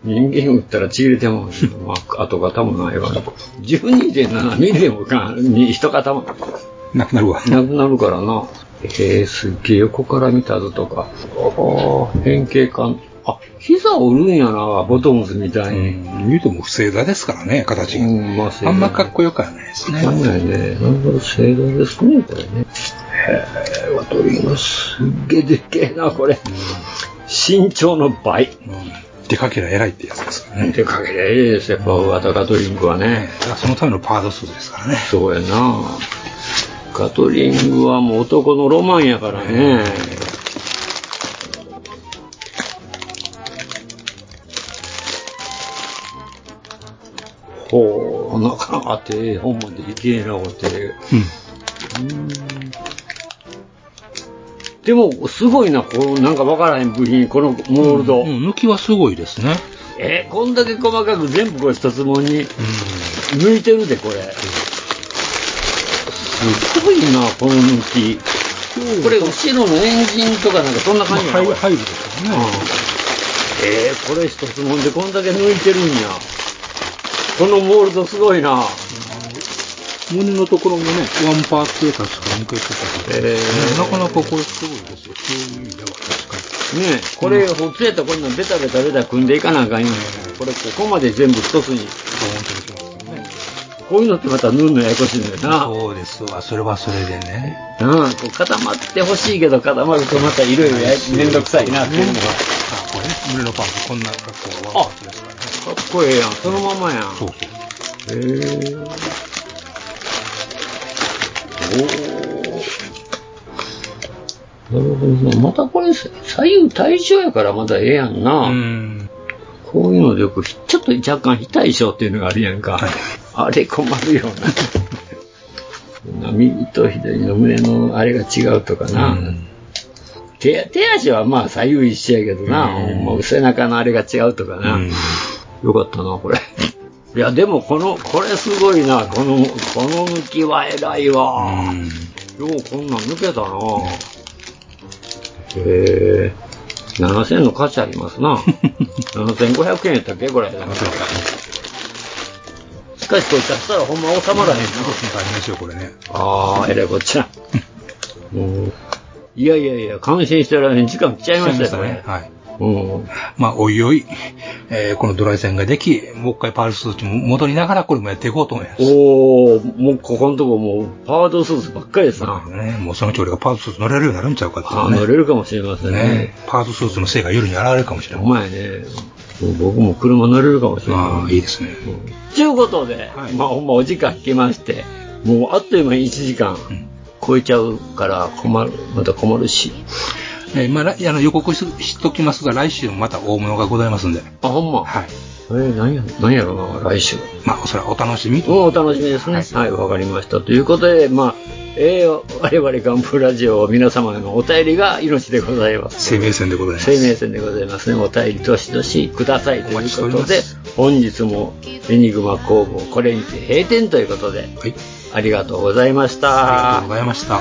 I: 人間打ったらちぎれても、まあ、跡形もないわ。12.7ミリでもか、に一塊。
J: なくなるわ。
I: なくなるからな。えー、すっげえ横から見たぞとか。ああ、変形感。あ、膝折るんやな、ボトムズみたいに。
J: 言うともう不正座ですからね、形が。あんまかっこよくはないですね。
I: 本来ね、なんだろう、正常ですね、これね。へえ、わかります。すっげえでっけえな、これ。身長の倍。
J: 出かけりゃ偉いってやつですからね。
I: 出かけりゃいいです、やっぱ、ワタガトリングはね。
J: そのためのパード数ですからね。
I: そうやな。ガトリングはもう男のロマンやからね。ほう、なかなか手本までいけえな、これ。でも、すごいな、この、なんかわからへん部品、このモールド。
J: 抜きはすごいですね。
I: えーこんだけ細かく全部これ一つもんに、抜いてるで、これ。すごいな、この抜き。これ、後ろのエンジンとかなんかそんな感じ
J: まあ入る
I: 入るですよね。えーこれ一つもんでこんだけ抜いてるんや。このモールドすごいな。
J: 胸のところもね、ワンパーツ確か抜けてた
I: えー
J: なかなかこれすごいですよ。そういう意味では確
I: ねえ、これ、ほつれたらこんなんベタベタベタ組んでいかなあかんよ、これ、ここまで全部一つに。こういうのってまた縫うのややこしいのよな。
J: かに。そうですわ、それはそれでね。
I: うん、こう固まってほしいけど、固まるとまたいろいろやめんどくさいなっていうのが。
J: あ、これね、胸のパーツ、こんな格好はワンパーツですからね。
I: かっこええやん、そのままやん。
J: そう
I: へえ。おお。なるほど。またこれ、左右対称やからまだええやんな。こういうのでよく、ちょっと若干非対称っていうのがあるやんか。あれ困るよな。右と左の胸のあれが違うとかな。手手足はまあ左右一緒やけどな、もう背中のあれが違うとかな、よかったな、これ。 いや、でもこの、これすごいな、この、この抜きは偉いわ。ようこんなん抜けたな。へえ。7000の価値あります な。7500円やったっけこれ。しかし、これ出したらほんま収まら
J: 大
I: へんな。
J: 変ですよ、これね。
I: ああ、えらいこっちゃ。も ういやいやいや、感心してられへん時間来ちゃいましたよ、これ。
J: はい。
I: うん。
J: まあ、おいおい、えーこのドライ線ができ、もう一回パールスーツに戻りながらこれもやっていこうと思います。
I: おお、もうここのとこもうパワードスーツばっかりですな。
J: ね、もうそのうち俺がパールスーツ乗れるようになるんちゃうかっていう
I: あ
J: ね。
I: 乗れるかもしれませんね。
J: ねパールスーツのせいが夜に現れるかもしれ
I: お
J: ない。
I: 前ね、もう僕も車乗れるかもしれない。
J: ああ、いいですね。
I: ちゅうことで、まあほんまお時間来まして、もうあっという間に1時間超えちゃうから困る、また困るし。
J: えーまあ、来あの予告ししときますが、来週もまた大物がございますんで。
I: あ、ほんま。
J: はい。
I: えー、何や、何やろうな、来週。
J: まあ、それはお楽しみと。
I: もうお楽しみですね。はい、わ、かりました。ということで、まあ、えー、我々ガンプラジオ皆様へのお便りが命でございます。
J: 生命線でございます。
I: 生命線でございますね。お便りどしどしくださいとい
J: お
I: うこ
J: 待
I: と
J: ち
I: で
J: して、
I: 本日もエニグマ工房これにて閉店ということで、ありがとうございました。ありがとう
J: ございました。